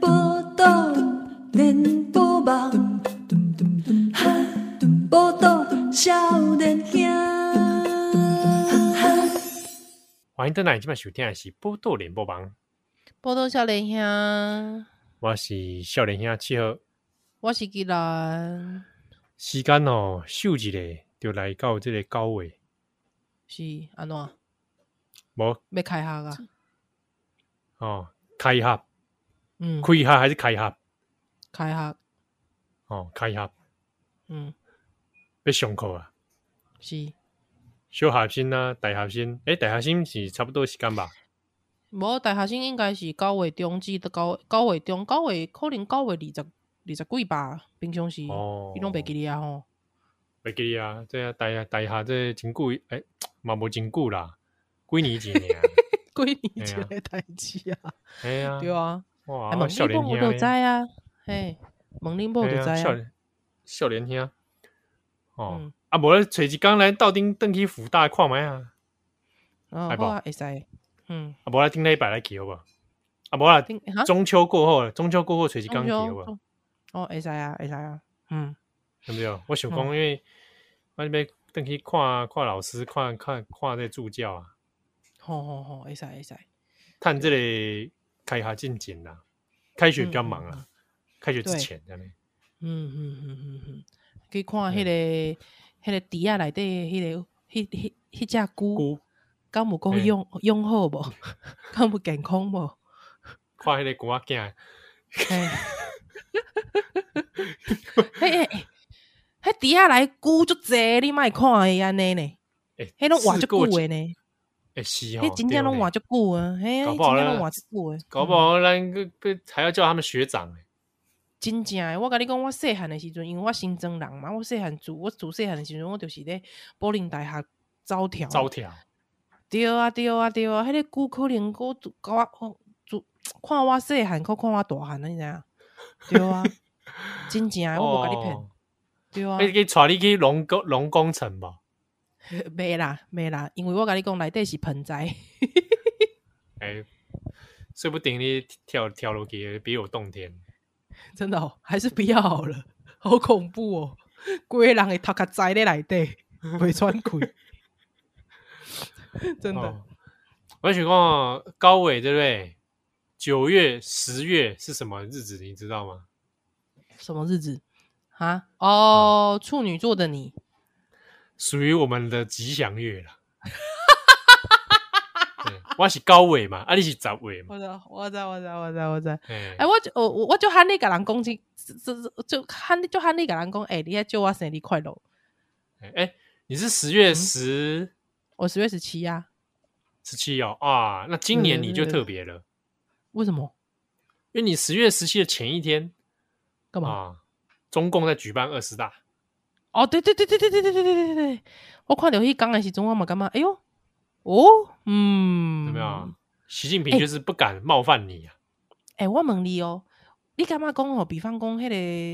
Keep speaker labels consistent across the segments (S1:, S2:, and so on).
S1: 报道连波网，报道少年兄。
S2: 欢迎登来，今晚收听的是波多联播网，
S3: 波多少年兄，
S2: 我是少年兄七号，
S3: 我是吉兰，
S2: 时间哦，秀一个就来到这个九月，
S3: 是安怎
S2: 无
S3: 要开学啊？
S2: 哦，开学，
S3: 嗯，
S2: 开学还是开学？
S3: 开学，
S2: 哦，开学
S3: 嗯，
S2: 要上课啊，
S3: 是
S2: 小学生啊，大学生，诶，大学生是差不多时间吧？
S3: 无大学生应该是九月中至到九九月中，九月可能九月二十二十几吧，平常时
S2: 哦
S3: 伊拢袂记哩啊吼。
S2: 袂记得啊，这啊，大学大学这真久，诶，嘛无真久啦，几年前 尔，
S3: 几年
S2: 嘿啊
S3: 前的代志啊，
S2: 哎呀，
S3: 对啊，
S2: 哇，
S3: 啊，问
S2: 少
S3: 恁
S2: 年兄
S3: 某我就
S2: 呢
S3: 知啊，嘿，问恁某
S2: 哎
S3: 就
S2: 呀
S3: 知
S2: 少
S3: 啊，
S2: 年少年兄，哦，
S3: 嗯
S2: 啊，无咧找一工来斗阵登去福大看觅啊，
S3: 哦
S2: 哎，
S3: 好啊，会使，嗯，
S2: 啊，无啦，顶礼拜来去好无？啊，无啦，
S3: 顶哈，
S2: 中秋过后了，中秋过后找一工去好
S3: 秋
S2: 无？
S3: 中哦，会使啊，会使啊，嗯。
S2: 对不对？我想讲，因为我这边登去看看老师，看看看这助教啊，
S3: 吼吼吼，会使会使，
S2: 趁这个开学进前啦，开学比较忙
S3: 嗯嗯
S2: 啊，开学之
S3: 对
S2: 前安尼。
S3: 嗯嗯嗯嗯嗯，去看迄、个迄个池仔内底迄个迄迄迄只龟，
S2: 菇
S3: 敢有够
S2: 嘿
S3: 养养好无？ 敢有健康无？
S2: 看迄个古仔囝，
S3: 嘿， 嘿嘿，迄池仔内龟足济，你莫看伊安尼呢？
S2: 诶，
S3: 迄拢活
S2: 事
S3: 足
S2: 过
S3: 久
S2: 几
S3: 诶呢？
S2: 诶，是吼，
S3: 迄真正拢
S2: 对呢
S3: 活足久啊！嘿，
S2: 搞
S3: 真
S2: 不好
S3: 正
S2: 咱
S3: 拢活足久诶，
S2: 搞不
S3: 嗯
S2: 好咱个被还要叫他们学长欸
S3: 真正诶，我甲你讲，我细汉诶时阵，因为我新庄人嘛，我细汉住，我住细汉诶时阵，我就是咧保龄大学走跳。
S2: 招条。
S3: 对啊，对啊，对啊，迄、个久可能我自甲我我自看我细汉，可看我大汉，你知影？对啊，真正的，哎我无甲你骗
S2: 哦。，
S3: 对啊
S2: 哎，，可以带你去龙工龙工城吧？
S3: 袂啦，袂啦，因为我甲你讲，内底是盆栽，
S2: 哎，说不定你跳跳落去别有洞天。
S3: 真的、哦，还是不要好了， 好恐怖哦！规个人会头壳栽咧内底， 袂喘 气，真的。
S2: 哦我想讲高伟对不对？九月、十月是什么日子？你知道吗？
S3: 什么日子啊？哦，处女座的你，
S2: 属于我们的吉祥月 了。对我是高伟嘛，啊你是十伟嘛？
S3: 我知，我知，我知，我知，我知。
S2: 哎
S3: 哎、，我就我我就喊你甲人讲这这这就喊你就喊你甲人讲，哎、你要祝我生日快乐！
S2: 哎，你是十月
S3: 嗯
S2: 十
S3: 我十月十七啊呀，
S2: 十七哦啊，那今年你就
S3: 对对
S2: 特别了。
S3: 为什么？
S2: 因为你十月十七的前一天
S3: 干嘛？
S2: 啊，中共在举办二十大，
S3: 哦，对对对对对对对对对对对，我看到迄讲的时阵，我嘛感觉，哎哟，哦，嗯，
S2: 有没有？？习近平就是不敢冒犯你啊，
S3: 哎、我问你哦，你感觉讲哦？比方讲，迄、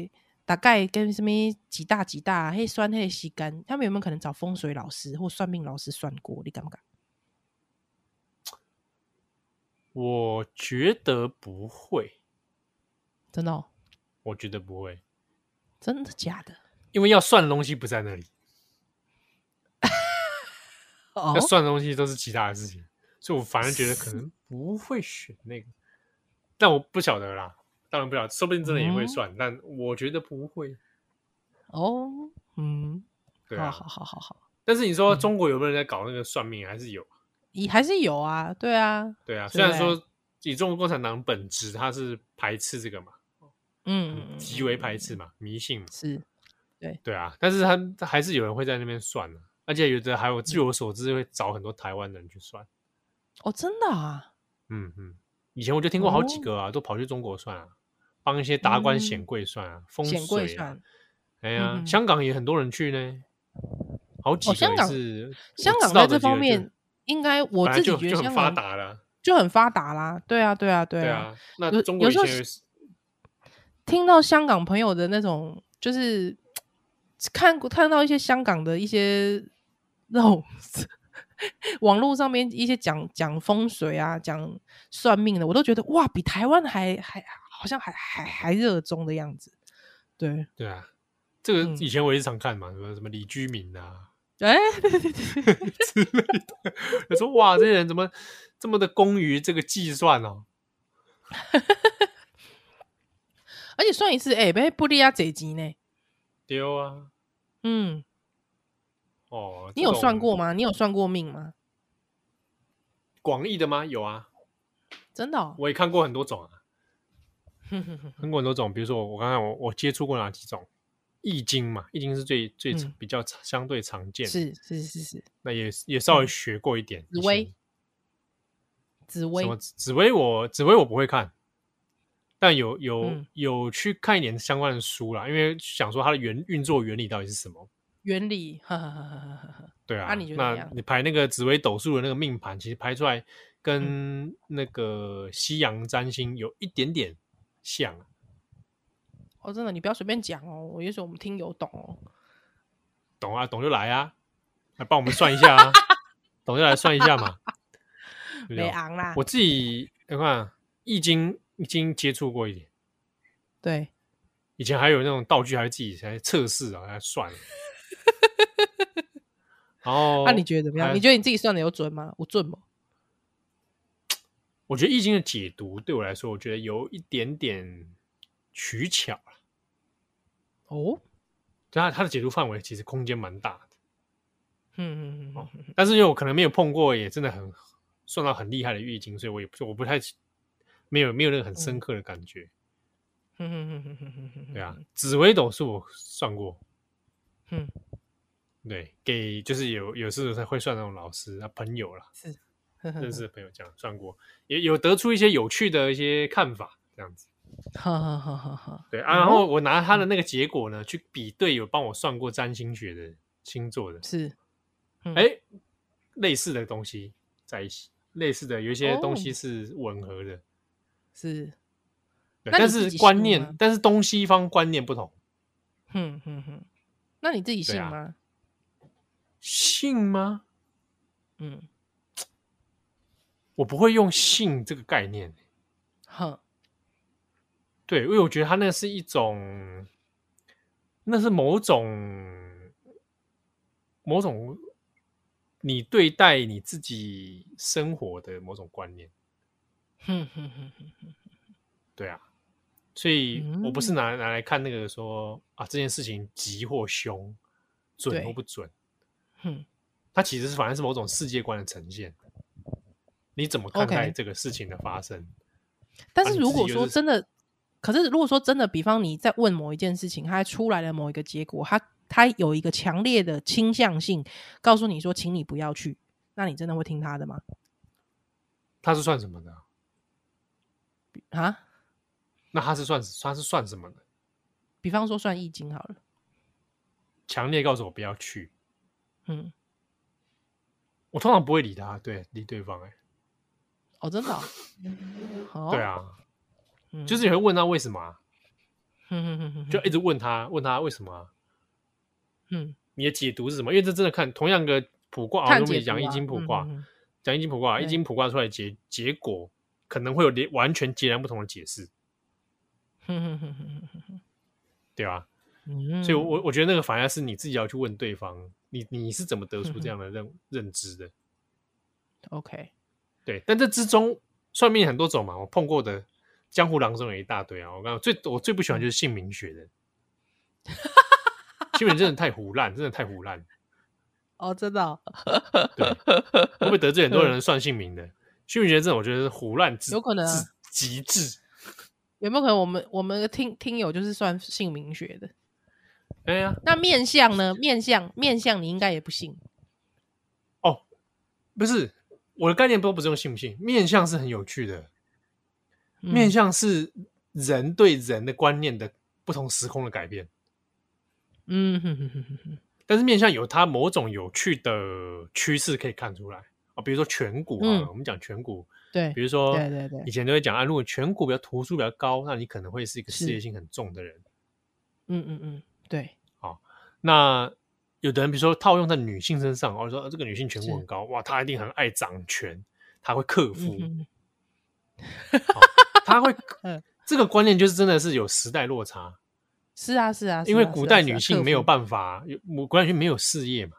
S3: 个大概跟什么几大几大，迄算迄个时间，他们有没有可能找风水老师或算命老师算过？你感觉？
S2: 我觉得不会，
S3: 真的、哦？
S2: 我觉得不会，
S3: 真的假的？
S2: 因为要算的东西不在那里，
S3: 哦
S2: 要算的东西都是其他的事情，所以我反而觉得可能不会选那个，但我不晓得啦，当然不晓得，说不定真的也会
S3: 嗯
S2: 算，但我觉得不会，
S3: 哦，嗯，
S2: 对
S3: 好
S2: 啊。
S3: 好好好好。
S2: 但是你说
S3: 嗯
S2: 中国有没有人在搞那个算命，还是有？
S3: 也还是有啊，对啊，
S2: 对啊，
S3: 对
S2: 虽然说以中国共产党本质，它是排斥这个嘛，
S3: 嗯，
S2: 极为排斥嘛，迷信嘛，
S3: 是，
S2: 对啊，但是他还是有人会在那边算的、啊而且有的还有，据
S3: 嗯
S2: 我所知会找很多台湾人去算，
S3: 哦，真的啊，
S2: 嗯嗯，以前我就听过好
S3: 哦
S2: 几个啊，都跑去中国算啊，帮一些达官显贵算啊，风水、啊、
S3: 嗯显贵算，
S2: 哎呀、
S3: 嗯嗯
S2: 香港也很多人去呢，好几个
S3: 哦香港
S2: 也是
S3: 香
S2: 我
S3: 港
S2: 知道
S3: 在
S2: 的
S3: 这
S2: 几个
S3: 方
S2: 就
S3: 面应该我
S2: 本来
S3: 自己
S2: 就
S3: 觉
S2: 就
S3: 得
S2: 很
S3: 香
S2: 发
S3: 港
S2: 达了，
S3: 就很发达啦，对啊，对啊，对
S2: 对
S3: 啊，
S2: 啊，那
S3: 有
S2: 中国
S3: 有
S2: 以
S3: 时候
S2: 前也
S3: 是
S2: 是
S3: 听到香港朋友的那种就是看过看到一些香港的一些那种 网络上面一些讲讲风水啊、讲算命的，我都觉得哇，比台湾还还好像还还还热衷的样子。对，
S2: 对啊，这个
S3: 嗯
S2: 以前我也是常看嘛，什么什么李居民啊
S3: 哎、对对对对对，
S2: 之类的，我说哇，这些人怎么这么的功于这个计算哦？
S3: 而且算一次，哎、被布利亚这集呢，
S2: 丢啊！
S3: 嗯，
S2: 哦，
S3: 你
S2: 这
S3: 有
S2: 种
S3: 算过吗？你有算过命吗？
S2: 广义的吗？有啊，
S3: 真的、哦，
S2: 我也看过很多种啊，看过很多种。比如说我，我刚刚我我接触过哪几种？易经嘛，易经是最最
S3: 嗯
S2: 比较常相对常见的，
S3: 是是是是，
S2: 那也也稍微学过一点。
S3: 紫
S2: 以前
S3: 薇紫薇
S2: 什么紫紫薇我紫薇我不会看，但有有、
S3: 嗯
S2: 有去看一点相关的书啦，因为想说它的原运作原理到底是什么。
S3: 原理，哈哈哈哈哈哈哈。
S2: 对啊，
S3: 啊你觉得怎
S2: 那
S3: 样
S2: 你排那个紫微斗数的那个命盘，其实排出来
S3: 嗯
S2: 跟那个西洋占星有一点点像啊。
S3: 哦，真的，你不要随便讲哦，我也许我们听友懂哦。
S2: 懂啊，懂就来啊，来帮我们算一下啊，懂就来算一下嘛。对不对
S3: 没啊昂啦，
S2: 我自己你看啊易经，易经接触过一点，
S3: 对，
S2: 以前还有那种道具，还自己来测试啊，来算。然后，
S3: 那、啊你觉得怎么样？
S2: 还
S3: 你觉得你自己算的有准吗？我准吗？
S2: 我觉得易经的解读对我来说，我觉得有一点点取巧啊
S3: 哦，
S2: 就它它的解读范围其实空间蛮大的，
S3: 嗯嗯嗯嗯，
S2: 但是因为我可能没有碰过，也真的很算到很厉害的易经，所以我也不我不太没有没有那个很深刻的感觉。
S3: 嗯嗯嗯嗯，
S2: 对啊，紫微斗数我算过，
S3: 嗯，
S2: 对，给就是有有时候会算那种老师啊朋友啦，
S3: 嗯，
S2: 认识的朋友这样算过，也有得出一些有趣的一些看法这样子。
S3: 哈哈哈哈哈，
S2: 对啊，然后我拿他的
S3: 嗯
S2: 那个结果呢，去比对有帮我算过占星学的星座的，
S3: 是，嗯
S2: 哎，类似的东西在一起，类似的有一些东西
S3: 哦
S2: 是吻合的，
S3: 是，
S2: 对
S3: 那你
S2: 但
S3: 自
S2: 是
S3: 己
S2: 观
S3: 信
S2: 念
S3: 吗，
S2: 但是东西方观念不同。
S3: 嗯嗯嗯，那你自己信
S2: 对啊
S3: 吗？
S2: 信吗？
S3: 嗯，
S2: 我不会用信这个概念，
S3: 哼，
S2: 对，因为我觉得它那是一种，那是某种某种你对待你自己生活的某种观念，
S3: 哼哼哼哼，
S2: 对啊，所以我不是
S3: 嗯
S2: 拿拿来看那个说啊这件事情吉或凶，准或
S3: 对
S2: 不准，
S3: 哼，
S2: 它其实是反而是某种世界观的呈现。你怎么看
S3: OK
S2: 待这个事情的发生
S3: 但
S2: 啊
S3: 是
S2: 你
S3: 如
S2: 自己
S3: 果
S2: 就
S3: 说
S2: 是
S3: 真的，可是如果说真的，比方你在问某一件事情，它出来了某一个结果，它它有一个强烈的倾向性，告诉你说，请你不要去，那你真的会听他的吗？
S2: 它是算什么的啊？
S3: 啊？
S2: 那它是算它是算什么呢？
S3: 比方说算易经好了，
S2: 强烈告诉我不要去，
S3: 嗯，
S2: 我通常不会理他，对，理对方、欸，
S3: 哦，真的 哦、哦，
S2: 对，啊，
S3: 嗯
S2: 就是，你会问他为什么、啊，
S3: 嗯嗯嗯，
S2: 就一直问他，问他为什么啊、
S3: 嗯，
S2: 你的解读是什么？因为这真的看同样个卜卦，啊，
S3: 看
S2: 我们
S3: 解
S2: 讲易经卜卦，
S3: 嗯
S2: 讲易经卜卦，
S3: 对
S2: 易经卜卦出来的结结果可能会有连完全截然不同的解释，
S3: 嗯嗯
S2: 对吧、
S3: 嗯，
S2: 所以我，我我觉得那个反而是你自己要去问对方，你你是怎么
S3: 嗯
S2: 得出这样的认认知的？
S3: OK，
S2: 对，但这之中算命很多种嘛，我碰过的江湖郎中有一大堆啊。我刚最我最不
S3: 嗯
S2: 喜欢就是姓名学的，姓名真的太胡烂，真的太胡烂，
S3: 哦，真的哦，
S2: 会不会得罪很多人算姓名的？姓名学这种我觉得是胡烂至，
S3: 嗯有可能啊
S2: 至极致。
S3: 有没有可能我们我们的听听友就是算姓名学的？
S2: 哎呀，
S3: 那面相呢？面相面相你应该也不信，
S2: 哦，不是我的概念都不是用信不信，面相是很有趣的，
S3: 嗯
S2: 面相是人对人的观念的不同时空的改变。
S3: 嗯哼哼哼哼哼，
S2: 但是面向有它某种有趣的趋势可以看出来啊，比如说颧骨啊，
S3: 嗯
S2: 我们讲颧骨，
S3: 对
S2: 比，如说
S3: 对对对
S2: 以，前都会讲啊，如果颧骨比较突出比较高，那你可能会是一个
S3: 是
S2: 事业心很重的人。
S3: 嗯嗯嗯，对，
S2: 那有的人比如说套用在女性身上，哦，说、啊这个女性权
S3: 是
S2: 位很高，哇，她一定很爱掌权，她会克夫，
S3: 嗯
S2: 她会
S3: 嗯。
S2: 这个观念就是真的是有时代落差，
S3: 是啊是啊，
S2: 因为
S3: 是啊
S2: 古
S3: 是啊
S2: 代
S3: 是啊
S2: 女
S3: 克
S2: 性没有
S3: 服
S2: 办法，啊有古代女性没有事业嘛，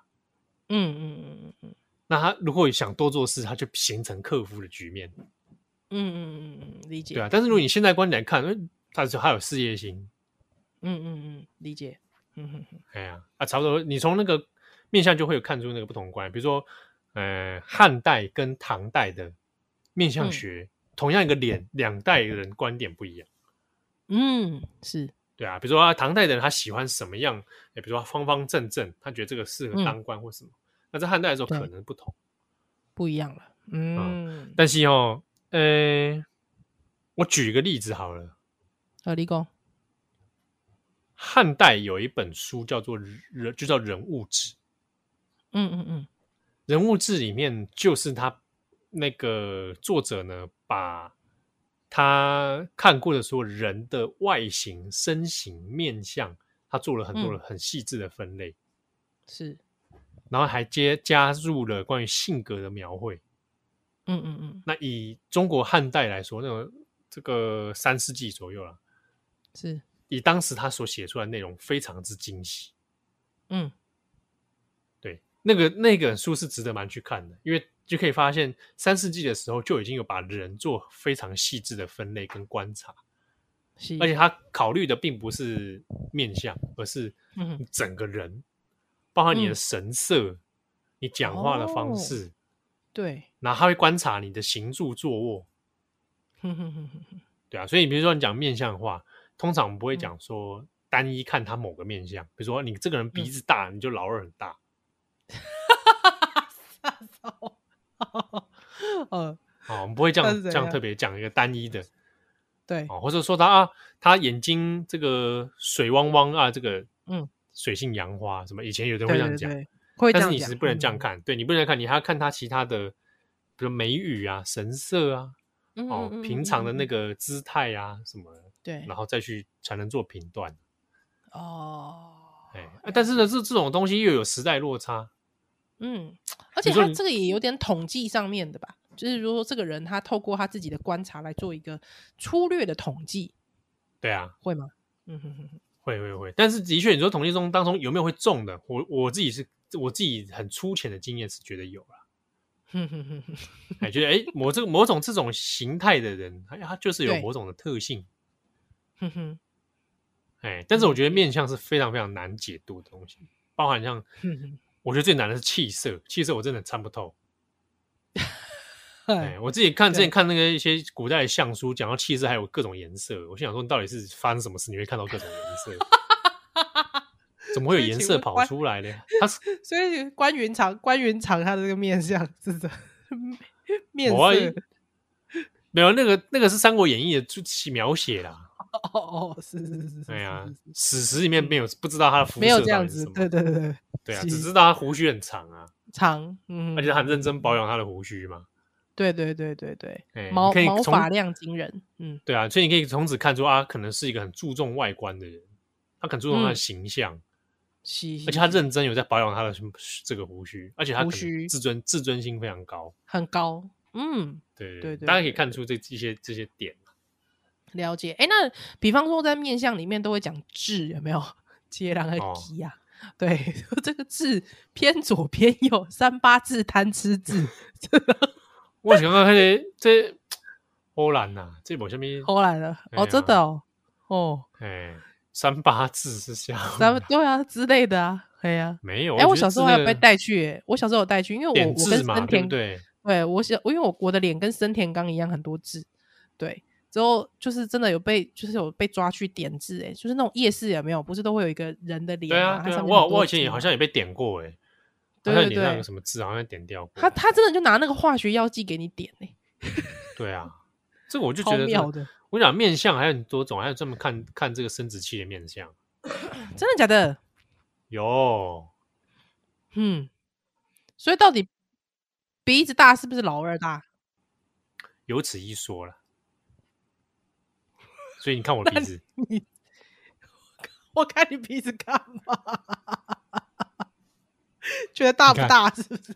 S3: 嗯嗯嗯嗯嗯
S2: 那她如果想多做事，她就形成克夫的局面，
S3: 嗯嗯嗯嗯，理解。
S2: 对啊。但是如果你现在观点来看，嗯她是她有事业心，
S3: 嗯嗯嗯，理解。嗯哼哼，
S2: 哎呀，啊，差不多。你从那个面相就会有看出那个不同的观点，比如说，呃，汉代跟唐代的面相
S3: 嗯
S2: 学，同样一个脸，两代人观点不一样。
S3: 嗯，是，
S2: 对啊，比如说、啊、唐代的人他喜欢什么样，哎，比如说方方正正，他觉得这个适合
S3: 嗯
S2: 当官或什么。那在汉代的时候
S3: 对
S2: 可能不同，
S3: 不一样了。嗯，
S2: 但是哦，呃，我举一个例子好了，
S3: 呃，立功，
S2: 汉代有一本书叫做《人》，就叫《人物志》。
S3: 嗯嗯嗯，
S2: 人物志里面就是他那个作者呢，把他看过的所有人的外形、身形、面相，他做了很多
S3: 嗯
S2: 的很细致的分类，
S3: 是，
S2: 然后还接加入了关于性格的描绘。
S3: 嗯嗯嗯，
S2: 那以中国汉代来说，那种这个三世纪左右了，
S3: 是，
S2: 以当时他所写出来的内容非常之精细。
S3: 嗯
S2: 对，那个那本书是值得蛮去看的，因为就可以发现三世纪的时候就已经有把人做非常细致的分类跟观察，
S3: 是，
S2: 而且他考虑的并不是面相，而是
S3: 嗯哼
S2: 整个人，包含你的
S3: 嗯
S2: 神色、你讲话的方式，
S3: 对，
S2: 然后他会观察你的行住坐卧，
S3: 哼哼哼哼哼，
S2: 对啊，所以比如说你讲面相的话，通常不会
S3: 嗯
S2: 讲说单一看他某个面相，比如说你这个人
S3: 嗯
S2: 鼻子大，你就老二很大，
S3: 大嫂，呃，
S2: 哦，我们不会这
S3: 那是
S2: 样
S3: 怎
S2: 这样
S3: 样
S2: 特别讲一个单一的。
S3: 对，
S2: 哦，或者说他啊，他眼睛这个水汪汪啊，这个
S3: 嗯，
S2: 水性杨花什么，以前有的人会
S3: 对
S2: 这样
S3: 对
S2: 讲，
S3: 对，会这
S2: 但是
S3: 样
S2: 你
S3: 讲
S2: 是不能这样，
S3: 嗯
S2: 看，对你不能看，你还要看他其他的，比如眉宇啊、神色啊，
S3: 嗯
S2: 哦，平常的那，
S3: 嗯嗯嗯嗯嗯
S2: 个姿态啊什么的，
S3: 对
S2: 然，后再去才能做评断。
S3: 哦，
S2: 哎、啊但是呢，这这种东西又有时代落差，
S3: 嗯，而且
S2: 你说
S3: 他
S2: 你
S3: 这个也有点统计上面的吧，就是如果这个人他透过他自己的观察来做一个粗略的统计，
S2: 对啊，
S3: 会吗？嗯哼哼哼，
S2: 会会会。但是的确，你说统计中当中有没有会中的？我我自己是我自己很粗浅的经验是觉得有啦。
S3: 哼哼哼哼，
S2: 哎，觉得哎，某这个某种这种形态的人，哎，他就是有
S3: 对
S2: 某种的特性，
S3: 哼哼
S2: 哎，但是
S3: 嗯
S2: 我觉得面相是非常非常难解读的东西，包含像
S3: 哼
S2: 我觉得最难的是气色，气色我真的参不透。
S3: 哼，
S2: 哎，我自己看之前
S3: 对
S2: 看那个一些古代的相书，讲到气色还有各种颜色，我心想说，到底是发生什么事你会看到各种颜色？ 怎么会有颜色跑出来呢？它是
S3: 所以关云长，关云长他的这个面相是的， 面
S2: 我啊
S3: 色哦
S2: 没有那个那个是《三国演义》的注描写啦。
S3: 哦哦哦，是是是是，
S2: 哎呀
S3: 是是，是嗯
S2: 史实里面没有不知道他的肤
S3: 没有
S2: 色
S3: 这
S2: 到
S3: 样
S2: 底是
S3: 子
S2: 什，么
S3: 对，对对对，
S2: 对啊，
S3: 是
S2: 只知道他胡须很长啊。
S3: 长，嗯，
S2: 而且他很认真保养他的胡须嘛。
S3: 对对对对对，
S2: 哎
S3: 毛
S2: 你可以
S3: 毛
S2: 从
S3: 发量惊人，嗯
S2: 对啊，所以你可以从此看出啊，可能是一个很注重外观的人，他很注重他的形象，
S3: 是，是
S2: 而且他
S3: 嗯是
S2: 认真有在保养他的这个胡须，而且他可能
S3: 胡须
S2: 自尊自尊心非常高。
S3: 很高，嗯，
S2: 对
S3: 对对
S2: 大家可以
S3: 对
S2: 看出这这些这些点。
S3: 了解。哎，那比方说在面相里面都会讲痣，有没 有？接两个
S2: 哦
S3: 鸡呀、对， 这个痣偏左偏右，三八痣、贪吃痣，
S2: 我想到那个这 波兰呐，这某什么
S3: 偷懒 了。哦，
S2: 哎
S3: 真
S2: 呀
S3: 的哦， 哦，
S2: 哎三八字是 下
S3: 咱们对啊之类的啊，哎呀、
S2: 没有。
S3: 哎、我
S2: 觉得
S3: 小时候
S2: 是
S3: 还
S2: 那
S3: 有被
S2: 个
S3: 带去耶、我小时候有带去，因为我
S2: 点
S3: 我
S2: 痣
S3: 跟
S2: 嘛，对
S3: 森
S2: 不
S3: 田，
S2: 对？
S3: 对我小，因为我我的脸跟森田刚一样很多痣，对，之后就是真的有被就是有被抓去点痣，哎，就是那种夜市有没有？不是都会有一个人的脸
S2: 对
S3: 吗
S2: 啊，
S3: 它
S2: 对啊，
S3: 上面
S2: 我
S3: 很多
S2: 我以前也
S3: 痣
S2: 好
S3: 嘛
S2: 像也被点过哎，好
S3: 对
S2: 像
S3: 对
S2: 脸上有
S3: 对
S2: 什么痣，好像点掉过。
S3: 他他真的就拿那个化学药剂给你点呢、
S2: 对啊，这个我就觉
S3: 超
S2: 得这
S3: 妙
S2: 个
S3: 的，
S2: 我想面相还有很多种，还有专门看看这个生殖器的面相。
S3: 真的假的？
S2: 有，
S3: 嗯，所以到底鼻子大是不是老二大？
S2: 有此一说了。所以你看我的鼻子，
S3: 我看你鼻子干嘛？觉得大
S2: 你
S3: 不
S2: 看
S3: 大？是不是？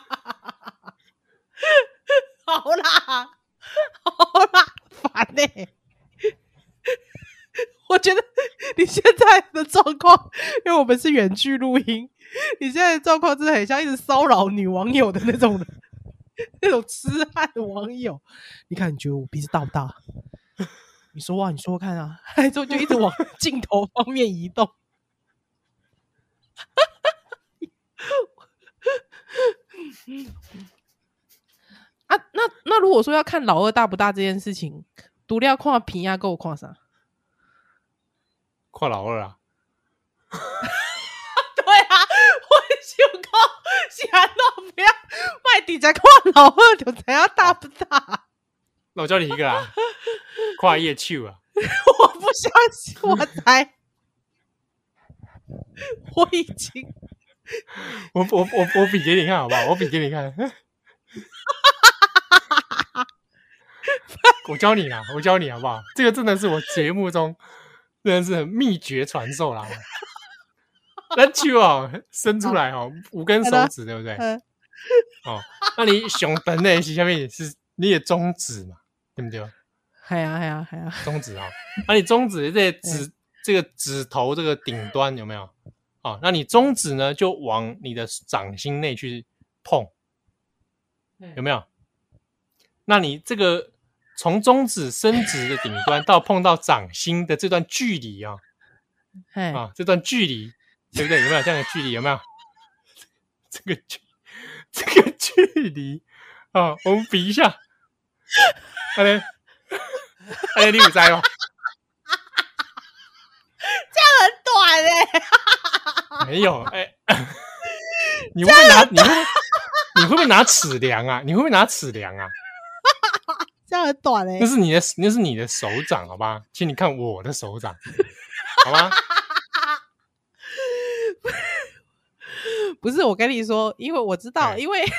S3: 好啦，好啦，烦呢、 我觉得你现在的状况，因为我们是远距录音，你现在的状况真的很像一直骚扰女网友的那种人， 那种痴汉的网友。你看，你觉得我鼻子大不大？你说啊，你说说看啊， 之后就一直往镜头方面移动。啊，那那如果说要看老二大不大这件事情，独立要看平压够看啥？
S2: 跨老二啊，
S3: 对啊，我想讲，是安怎不要卖底在看老二就知影大不大？
S2: 那我教你一个啊，跨夜去啊，
S3: 我不相信，我 才，我已经
S2: 我我我我比给你看好不好？我比给你看， 我教你啦，啊我教你好不好？这个真的是我节目中真的是秘诀传授啦。那球哦，伸出来哦，五根手指对不对？
S3: 呃
S2: 哦，那你熊本的是下面是你的中指嘛，对不对？
S3: 系啊系啊系啊，
S2: 中指啊，那你中指的这个指这个指头这个顶端有没有？啊，那你中指呢就往你的掌心内去碰，有没有？那你这个从中指伸直的顶端到碰到掌心的这段距离啊
S3: 嘿，
S2: 啊，这段距离对不对？有没有这样的距离？有没有？ 这个距这个距离啊，我们比一下。哎嘞，哎嘞，你有在吗？
S3: 很短欸嘞、
S2: 没有，哎、 你会不会拿？你会不会你会不会拿尺量啊？你会不会拿尺量啊？
S3: 这样很短欸嘞、
S2: 那是你的，那是你的手掌，好吧？请你看我的手掌，好吧？
S3: 不是，我跟你说，因为我知道，
S2: 哎
S3: 因为 因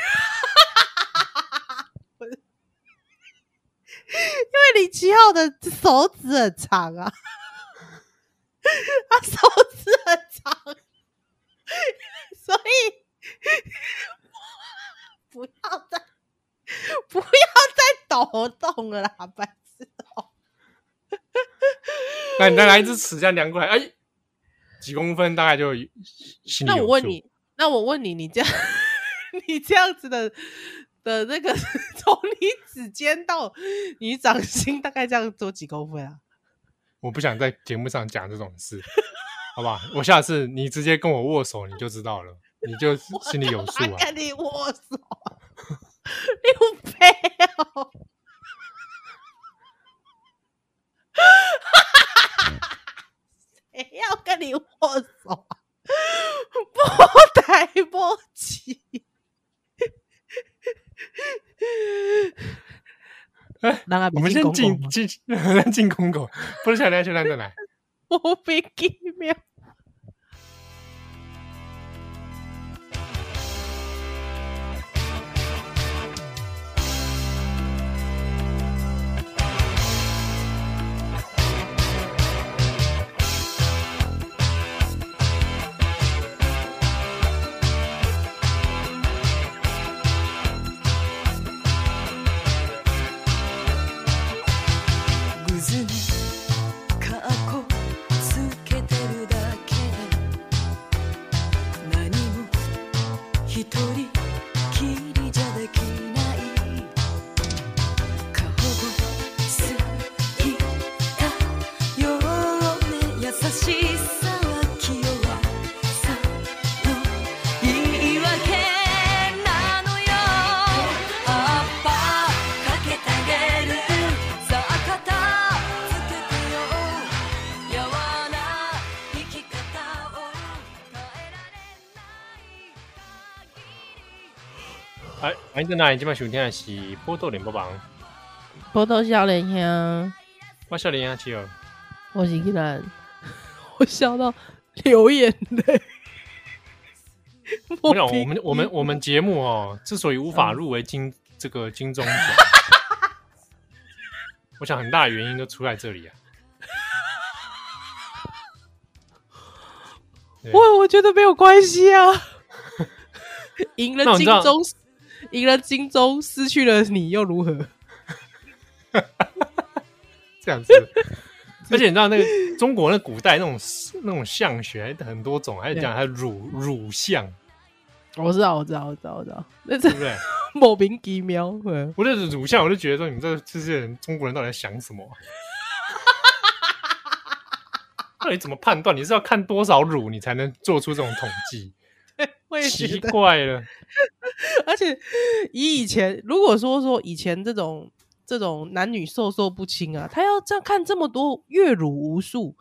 S3: 为李奇浩的手指很长啊， 他手指很长， 所以不要再不要再抖动了啦，白痴哦！
S2: 那你再来一支尺，这样量过来，哎、几公分大概就有心里
S3: 那
S2: 有
S3: 我问
S2: 数
S3: 你，那我问你，你这样 你这样子的的那个从你指尖到你掌心，大概这样多几公分啊？
S2: 我不想在节目上讲这种事，好吧？我下次你直接跟我握手，你就知道了，你就心里有数
S3: 我
S2: 啊。
S3: 跟你握手，你有病哦！ 谁要跟你握手啊？ 莫台莫起。
S2: 哎
S3: 人也
S2: 我们
S3: 不是
S2: 先
S3: 公
S2: 进
S3: 公吗
S2: 进先进 公狗，不是小梁，小梁再来。
S3: 莫名其妙。
S1: 偶然かっこつけてるだけで何も一人きりじゃできない顔をすひったようね優しさは気弱さの言い訳なのよアッパーかけてあげるさあ片付けてよやわな生き方を変え
S2: 哎，
S1: られない限り
S2: 欢迎在哪里？今晚收听的是《波豆脸播榜》，
S3: 波多笑脸兄，
S2: 我笑脸啊，七友。
S3: 我是依然， 我笑到流眼 泪。
S2: 我
S3: 我
S2: 想我们我们我们节目哦，之所以无法入围金这个金钟奖， 我想很大的原因都出在这里啊。对
S3: 我我觉得没有关系啊，赢了
S2: 那我
S3: 荆
S2: 知道
S3: 州，赢了荆州，失去了你又如何？
S2: 这样子。 而且你知道那个中国那古代那种那种象学很多种，还有讲还有乳乳象，
S3: 我知道，我知道，我知道，我知道， 那
S2: 对
S3: 是
S2: 不对？
S3: 莫名其妙。嗯
S2: 我就是乳象，我就觉得说你们这这些人中国人到底在想什么 啊？到底怎么判断？你是要看多少乳你才能做出这种统 计？
S3: 我也觉
S2: 奇
S3: 得，
S2: 怪了，
S3: 而且以以前如果说说以前这种这种男女授受不亲啊，他要这样看这么多阅乳无数，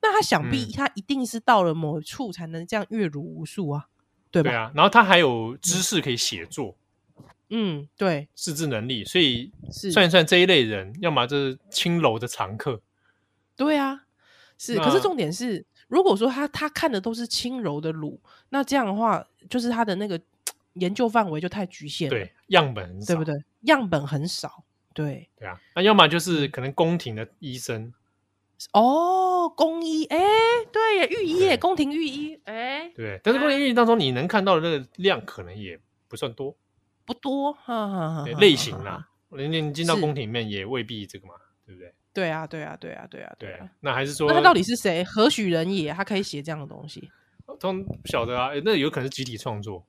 S3: 那他想必
S2: 嗯
S3: 他一定是到了某处才能这样阅乳无数啊， 对吧？
S2: 对啊。然后他还有知识可以写作、
S3: 嗯，对，
S2: 识字能力，所以
S3: 是，
S2: 算一算这一类人，要么就是青楼的常客，
S3: 对啊，是。可是
S2: 那
S3: 重点是，如果说他他看的都是轻柔的乳，那这样的话，就是他的那个研究范围就太局限了，
S2: 对，样本很少
S3: 对不？对？样本很少，对。
S2: 对啊，那要么就是可能宫廷的医生，
S3: 哦，宫医，哎，对耶，御医耶，
S2: 对
S3: 宫廷御医，哎，
S2: 对不对，但是宫廷医当中你能看到的那个量可能也不算多，
S3: 不多，哈哈哈
S2: 对
S3: 啊哈
S2: 类型
S3: 哈哈
S2: 啦，人家进到
S3: 是
S2: 宫廷里面也未必这个嘛，对不对？
S3: 对啊，对啊，对啊，对啊，
S2: 对
S3: 啊。，
S2: 那还是说
S3: 那他到底是谁？何许人也？他可以写这样的东西？
S2: 通不晓得啊？诶那有可能是集体创作，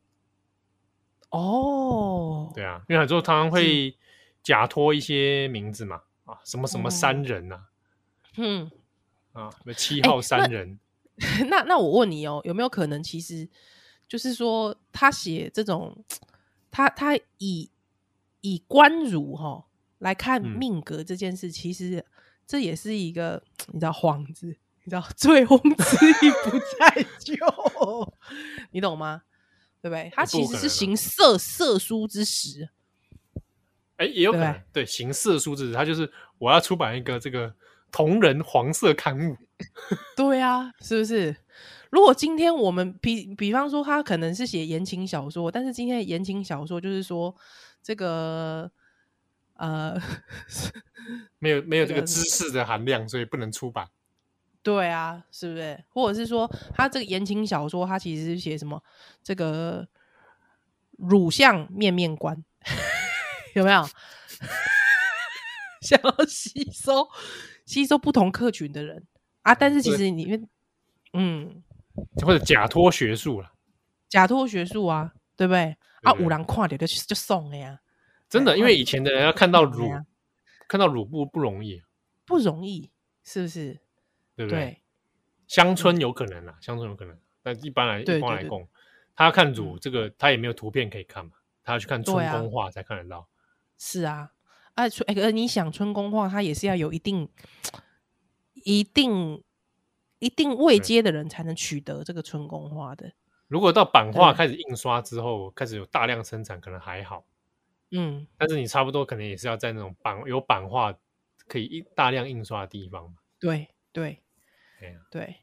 S3: 哦，
S2: 对啊，因为很多常常会假托一些名字嘛，啊，什么什么山人呐、
S3: 嗯，
S2: 啊，什么七
S3: 诶
S2: 号山人，
S3: 那那我问你哦，有没有可能其实就是说他写这种，他他以以官儒哈、来看
S2: 嗯
S3: 命格这件事，其实这也是一个你知道幌子，你知道 醉翁之意不在 酒，你懂吗？对不对？他
S2: 不
S3: 其
S2: 可
S3: 实
S2: 能
S3: 是
S2: 啊
S3: 行色色书之实，
S2: 哎、也有可能
S3: 对
S2: 对形式数字，他就是我要出版一个这个同人黄色刊物，
S3: 对啊，是不是？如果今天我们比比方说，他可能是写言情小说，但是今天的言情小说就是说这个呃，
S2: 没有没有这
S3: 这
S2: 个
S3: 个
S2: 知识的含量，所以不能出版。
S3: 对啊，是不是？或者是说，他这个言情小说，他其实是写什么这个乳相面面观， 有没有？ 想要吸收吸收不同客群的人啊，但是其
S2: 对
S3: 实里面嗯，
S2: 或者假托学术了。
S3: 假托学术啊，对不对？
S2: 对
S3: 啊，
S2: 对
S3: 五郎看点就就啊送了呀，
S2: 真的，
S3: 对
S2: 因为以前的人要看到
S3: 对
S2: 乳
S3: 啊，
S2: 看到乳不不容易，
S3: 不容易，是不是？
S2: 对不对？
S3: 对
S2: 乡村有可能啦，啊乡村有可能，但一般来
S3: 嗯对
S2: 一般
S3: 对
S2: 来
S3: 对
S2: 供，他要看乳
S3: 嗯
S2: 这个，他也没有图片可以看嘛，他要去看春
S3: 对啊
S2: 宫画才看得到。
S3: 是啊，啊，春哎、可是你想春宫画，它也是要有一定、一定、一定位
S2: 对
S3: 阶的人才能取得这个春宫画的。
S2: 如果到版画
S3: 对
S2: 开始印刷之后，开始有大量生产，可能还好，
S3: 嗯，
S2: 但是你差不多可能也是要在那种版有版画可以印大量印刷的地方嘛。
S3: 对对
S2: 哎呀，
S3: 对。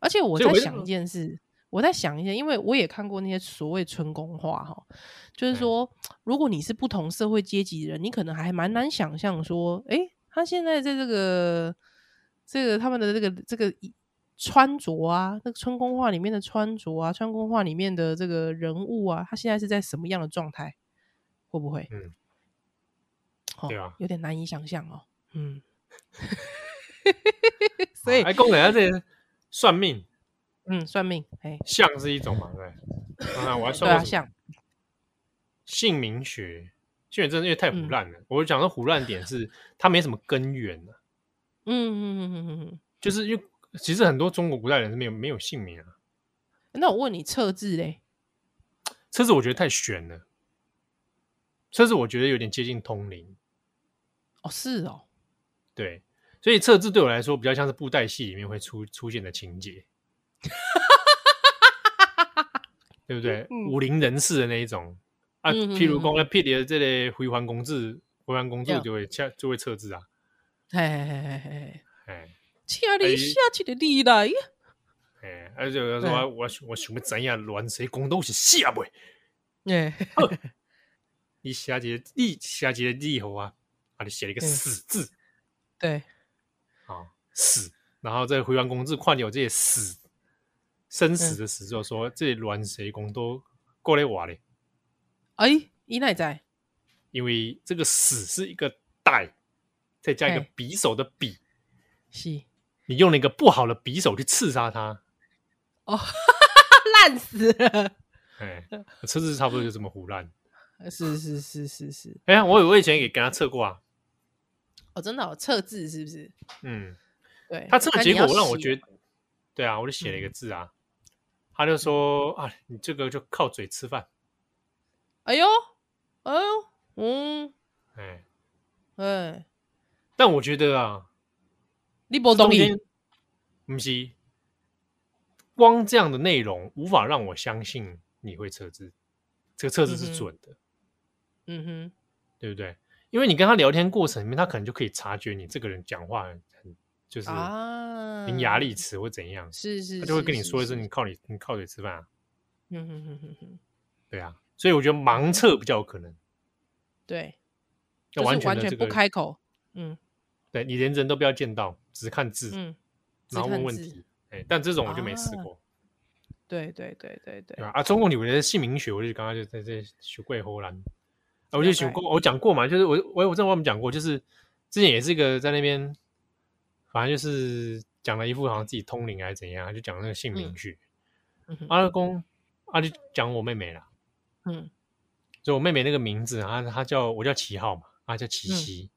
S3: 而且
S2: 所
S3: 我
S2: 以
S3: 在
S2: 我就
S3: 想一件事，我在想一件，因为我也看过那些所谓春宫画哈，就是
S2: 嗯
S3: 说，如果你是不同社会阶级的人，你可能还蛮难想象说，诶，他现在在这个这个他们的这个这个衣穿着啊，这个春宫画里面的穿着啊，春宫画里面的这个人物啊，他现在是在什么样的状态？会不会？
S2: 嗯，
S3: 哦
S2: 对啊
S3: 有点难以想象哦。 嗯，所以
S2: 哎，供人家这些算命
S3: 嗯，算命，哎，
S2: 像是一种嘛，对不对。啊，我还
S3: 对
S2: 算
S3: 啊，
S2: 过什么
S3: 像。
S2: 姓名学，姓名真的因为
S3: 嗯
S2: 太胡乱了。我讲的胡乱点是它没什么根源啊，
S3: 嗯嗯嗯嗯嗯嗯。
S2: 就是因为其实很多中国古代人是没有没有姓名啊。
S3: 那我问你，测字嘞？
S2: 车子我觉得太悬了，车子我觉得有点接近通灵，
S3: 哦，是哦，
S2: 对，所以测字对我来说比较像是布袋戏里面会出出现的情节，对不对？
S3: 嗯
S2: 武林人士的那一种啊，
S3: 嗯嗯
S2: 譬如
S3: 嗯
S2: 讲那屁的这类回环公子，回环公
S3: 对
S2: 主
S3: 啊
S2: 就会测就会测字啊，
S3: 嘿嘿嘿嘿嘿嘿，
S2: 哎。
S3: 请你
S2: 哎
S3: 下去的你 来。
S2: 哎，而且有人说
S3: 对啊
S2: 我我我想要知影乱谁讲都是下袂，
S3: 哎，
S2: 你写一个你写一个字好啊，啊你写了一个
S3: 嗯
S2: 死字
S3: 对，
S2: 啊、
S3: 嗯
S2: 死，然后再回完公字看见有这些死生死的死之后说，这乱谁讲都过来瓦嘞，
S3: 哎、伊奈在，
S2: 因为这个死是一个带，再加一个
S3: 嘿
S2: 匕首的匕，
S3: 是
S2: 你用了一个不好的匕首去刺杀 他，啊
S3: 烂死了，
S2: 哎，车子差不多就这么胡乱。
S3: 是是是是是，
S2: 哎呀，我我以前也给他测过啊，
S3: 哦，真的哦，测字是不是？
S2: 嗯，
S3: 对，
S2: 他测的
S3: 但
S2: 结
S3: 你要
S2: 果让我
S3: 写嗯
S2: 觉得，对啊，我就写了一个字啊，他就说啊，你这个就靠嘴吃饭，
S3: 哎呦，哎呦，嗯，
S2: 哎，
S3: 哎，
S2: 但我觉得啊，
S3: 你不
S2: 中
S3: 懂
S2: 间
S3: 你，
S2: 不是光这样的内容无法让我相信你会测字，这个测字
S3: 嗯
S2: 是
S3: 哼
S2: 准的，
S3: 嗯哼，
S2: 对不对？因为你跟他聊天过程里面，他可能就可以察觉你这个人讲话很很就是
S3: 啊，
S2: 伶牙俐齿或怎样，
S3: 是是，
S2: 他就会
S3: 是
S2: 跟你说一，声：“
S3: 是
S2: 你
S3: 是
S2: 靠你你靠嘴吃饭啊。
S3: 嗯哼哼哼哼，”
S2: 对啊，所以我觉得盲测比较有可能，
S3: 对，
S2: 要
S3: 就是
S2: 全
S3: 完
S2: 的
S3: 全
S2: 这
S3: 不
S2: 个，
S3: 开口，嗯
S2: 对你连人都不要见到，只看字，
S3: 嗯，只
S2: 然后问
S3: 看
S2: 问
S3: 字
S2: 题。哎，但这种我就没试
S3: 啊
S2: 过，
S3: 对对对对对
S2: 对，吧？啊，中共女人的姓名学，我就刚刚就在这学过荷兰，啊我就
S3: 了
S2: 学
S3: 解
S2: 过，我讲过嘛，就是我我我正我们讲过，就是之前也是一个在那边，反正就是讲了一副好像自己通灵还是怎样，就讲那个姓名
S3: 嗯
S2: 学，
S3: 嗯哼
S2: 阿公阿就讲我妹妹啦，
S3: 嗯
S2: 所以我妹妹那个名字，啊她她叫我叫齐浩嘛，她叫琪琪。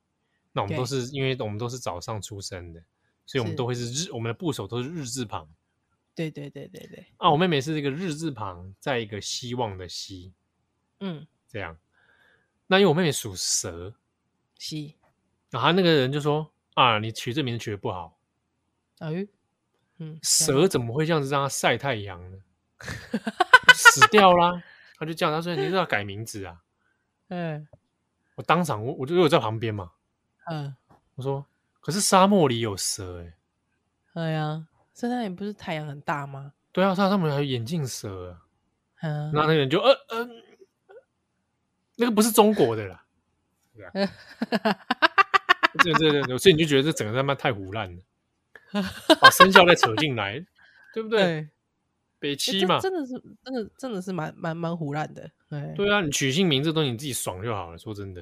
S2: 那我们
S3: 嗯对
S2: 都是因为我们都是早上出生的，所以我们
S3: 是
S2: 都会是日，我们的部首都是日字旁。
S3: 对对对对对，
S2: 啊，我妹妹是这个日字旁，在一个希望的希，
S3: 嗯，
S2: 这样。那因为我妹妹属蛇，
S3: 是，
S2: 然后她那个人就说啊，你取这名字取得不好，
S3: 哎，嗯，这样
S2: 蛇怎么会这样子让她晒太阳呢？死掉啦！她就这样，她说你是要改名字啊？
S3: 嗯
S2: 我当场我我就因为我在旁边嘛，
S3: 嗯，
S2: 我说：“可是沙漠里有蛇哎、
S3: 哎呀，圣诞也不是太阳很大吗？
S2: 对啊，沙漠里还有眼镜蛇、啊。
S3: 嗯，
S2: 那那个人就呃呃，那个不是中国的 啦，对啊，对对对对，所以你就觉得这整个他妈太胡乱 了，把生肖再扯进来，对不对？
S3: 对，
S2: 北
S3: 欸
S2: 七
S3: 这
S2: 嘛，
S3: 真的是，真的真的是蛮蛮蛮胡乱的，哎，
S2: 对啊，你取姓名这东西你自己爽就好了。说真的，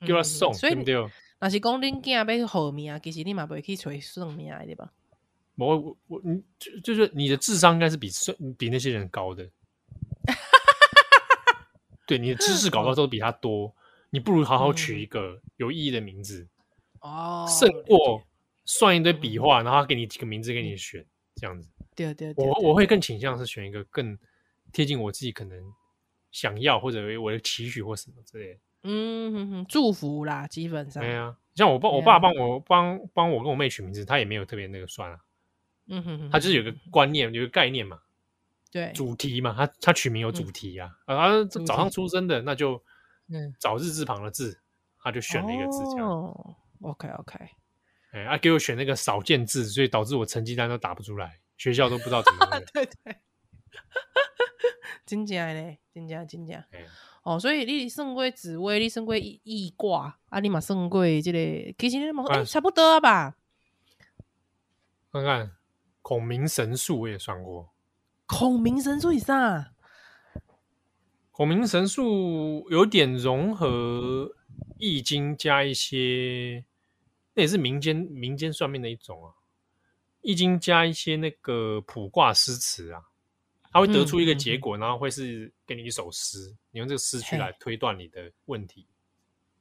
S3: 嗯，
S2: 给他
S3: 嗯
S2: 送，
S3: 所
S2: 对
S3: 以
S2: 不
S3: 你
S2: 对？
S3: 若是讲恁囝要好命，其实你嘛袂去找算命的对吧？
S2: 我我我，你就就是你的智商应该是比算比那些人高 的，对，你的知识搞到都比他多，你不如好好取一
S3: 嗯
S2: 个有意义的名字，
S3: 哦嗯
S2: 胜过算一堆笔画，然后他给你几个名字给你选，这样子，
S3: 对对嗯对，
S2: 我
S3: 对嗯
S2: 我会更倾向是选一个更贴近我自己可能想要或者我的期许或什么之类的。
S3: 嗯哼哼，祝福啦，基本上，
S2: 对啊，像我爸，我
S3: 对啊
S2: 爸帮我帮帮我跟我妹取名字，他也没有特别那个算啊，
S3: 嗯哼哼，
S2: 他就是有个观念，有个概念嘛。
S3: 对，嗯
S2: 主题嘛，他他取名有主题啊，啊，这
S3: 主
S2: 早上
S3: 题
S2: 出生的那就
S3: 嗯
S2: 找日字旁的字，他就选了一个字这样，
S3: 哦，OK OK，，
S2: 哎，啊给我选那个少见字，所以导致我成绩单都打不出来，学校都不知道怎么那个
S3: 对对，真正的嘞，真正真正。
S2: 哎，
S3: 哦，所以你算过紫薇，你算过易易卦，啊，你嘛算过这个，其实你嘛，哎、
S2: 哎
S3: 差不多啊吧？
S2: 看看孔明神术我也算过，
S3: 孔明神术以上啊，
S2: 孔明神术有点融合易经加一些，那也是民间民间算命的一种啊，易经加一些那个卜卦诗词啊，它会得出一个结果，然后会是给你一首诗，你用这个诗句
S3: 嘿
S2: 来推断你的问题。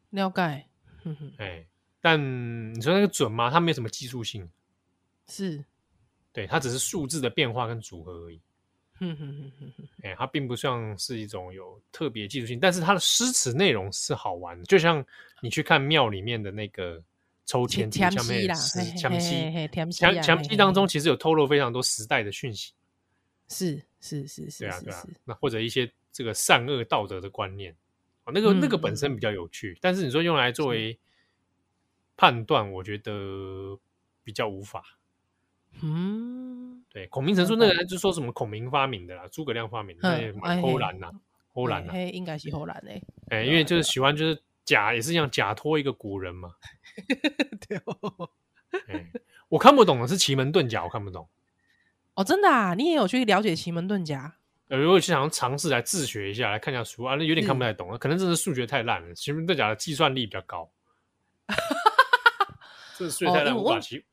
S3: 了解，哼哼，
S2: 哎，但你说那个准吗？它没有什么技术性，
S3: 是，
S2: 对，它只是数字的变化跟组合而已。
S3: 哼哼哼哼哼，
S2: 哎，它并不像是一种有特别技术性，但是它的诗词内容是好玩的，就像你去看庙里面的那个抽签题
S3: 甜
S2: 下面有
S3: 西啦，
S2: 诗
S3: 嘿嘿
S2: 强
S3: 嘿
S2: 西
S3: 嘿甜西啊，
S2: 强强
S3: 嘿
S2: 西
S3: 嘿
S2: 当
S3: 嘿
S2: 中其实有透露非常多时代的讯息，
S3: 是是是是
S2: 对啊
S3: 是
S2: 对啊
S3: 是，，
S2: 那或者一些这个善恶道德的观念，哦，那个那个
S3: 嗯
S2: 本
S3: 嗯
S2: 身比较有趣，但是你说用来作为判断，我觉得比较无法。
S3: 嗯，
S2: 对，孔明神术那
S3: 明
S2: 个就说什么孔明发明的啦，诸葛亮发明的，那
S3: 嗯
S2: 也
S3: 哎
S2: 蛮偷
S3: 嘿哎
S2: 懒呐，偷懒呐。
S3: 嘿，嘿应该是后来的，
S2: 哎、
S3: 对
S2: 因
S3: 啊
S2: 为就是喜欢就是假，也是一样假托一个古人嘛。
S3: 对哦，
S2: 哎，我看不懂的是奇门遁甲，我看不懂。
S3: 哦，真的啊，你也有去了解奇门遁甲，
S2: 呃，如果想要尝试来自学一下，来看一下书啊，那有点
S3: 嗯
S2: 看不太懂，可能真的数学太烂了。其实大家的计算力比较 高，这数学太
S3: 哦因
S2: 烂，
S3: 为
S2: 无
S3: 我
S2: 法去。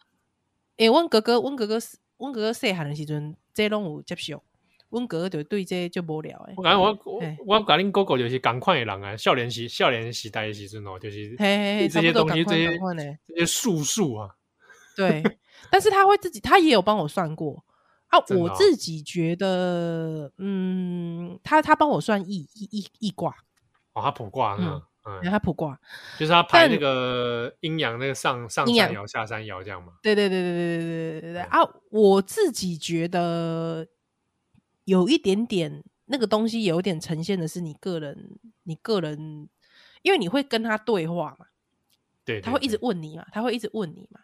S3: 诶、阮哥哥，阮哥哥，阮哥哥细汉的时阵，这拢有接受，阮哥哥就对这就无聊诶
S2: 我。感觉我我
S3: 嘿
S2: 我甲恁哥哥就是赶快的人啊，少年时少年时代的时阵哦，就是
S3: 嘿嘿嘿，
S2: 这
S3: 差
S2: 些
S3: 不多
S2: 东
S3: 赶
S2: 西，这
S3: 快
S2: 些
S3: 赶快呢。
S2: 这些术数啊，
S3: 对，但是他会自己，他也有帮我算过啊。
S2: 真的
S3: 我
S2: 哦
S3: 自己觉得，嗯，他他帮我算易易易易卦，
S2: 哦，他卜卦
S3: 嗯
S2: 呢，嗯
S3: 然后，他卜卦，
S2: 就是他排
S3: 但
S2: 那个阴阳那个上上
S3: 阴阳
S2: 三爻下三爻这样嘛，
S3: 对对对对对对对对对
S2: 嗯
S3: 啊！我自己觉得有一点点那个东西，有点呈现的是你个人，你个人，因为你会跟他对话嘛，
S2: 对，
S3: 他
S2: 对
S3: 会一直
S2: 对
S3: 问你嘛，他会一直问你嘛。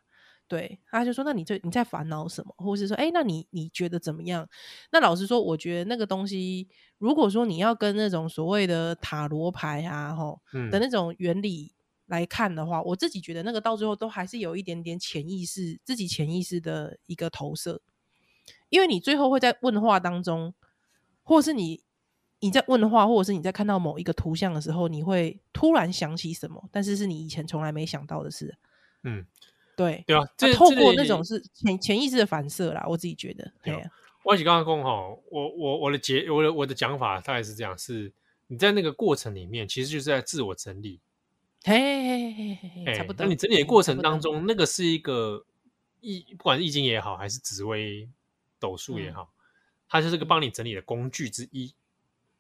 S3: 对，他就说：“那你最你在烦恼什么？或是说，哎，那你你觉得怎么样？”那老实说，我觉得那个东西，如果说你要跟那种所谓的塔罗牌啊，吼，
S2: 嗯
S3: 的那种原理来看的话，我自己觉得那个到最后都还是有一点点潜意识，自己潜意识的一个投射，因为你最后会在问话当中，或是你你在问话，或者是你在看到某一个图像的时候，你会突然想起什么，但是是你以前从来没想到的事。
S2: 嗯，
S3: 对，
S2: 对啊，
S3: 那
S2: 这
S3: 透
S2: 这
S3: 过
S2: 类
S3: 那种是潜潜意识的反射啦，我自己觉得，对
S2: 有
S3: 啊，
S2: 我是刚刚讲哈，我我我的结我的我的讲法大概是这样：是你在那个过程里面，其实就是在自我整理。
S3: 嘿嘿嘿嘿嘿，
S2: 哎、
S3: 差不多。
S2: 那你整理
S3: 嘿
S2: 的过
S3: 差
S2: 程
S3: 不多
S2: 当中，那个是一个易，不管是易经也好，还是紫微斗数也
S3: 嗯
S2: 好，它就是个
S3: 嗯
S2: 帮你整理的工具之一。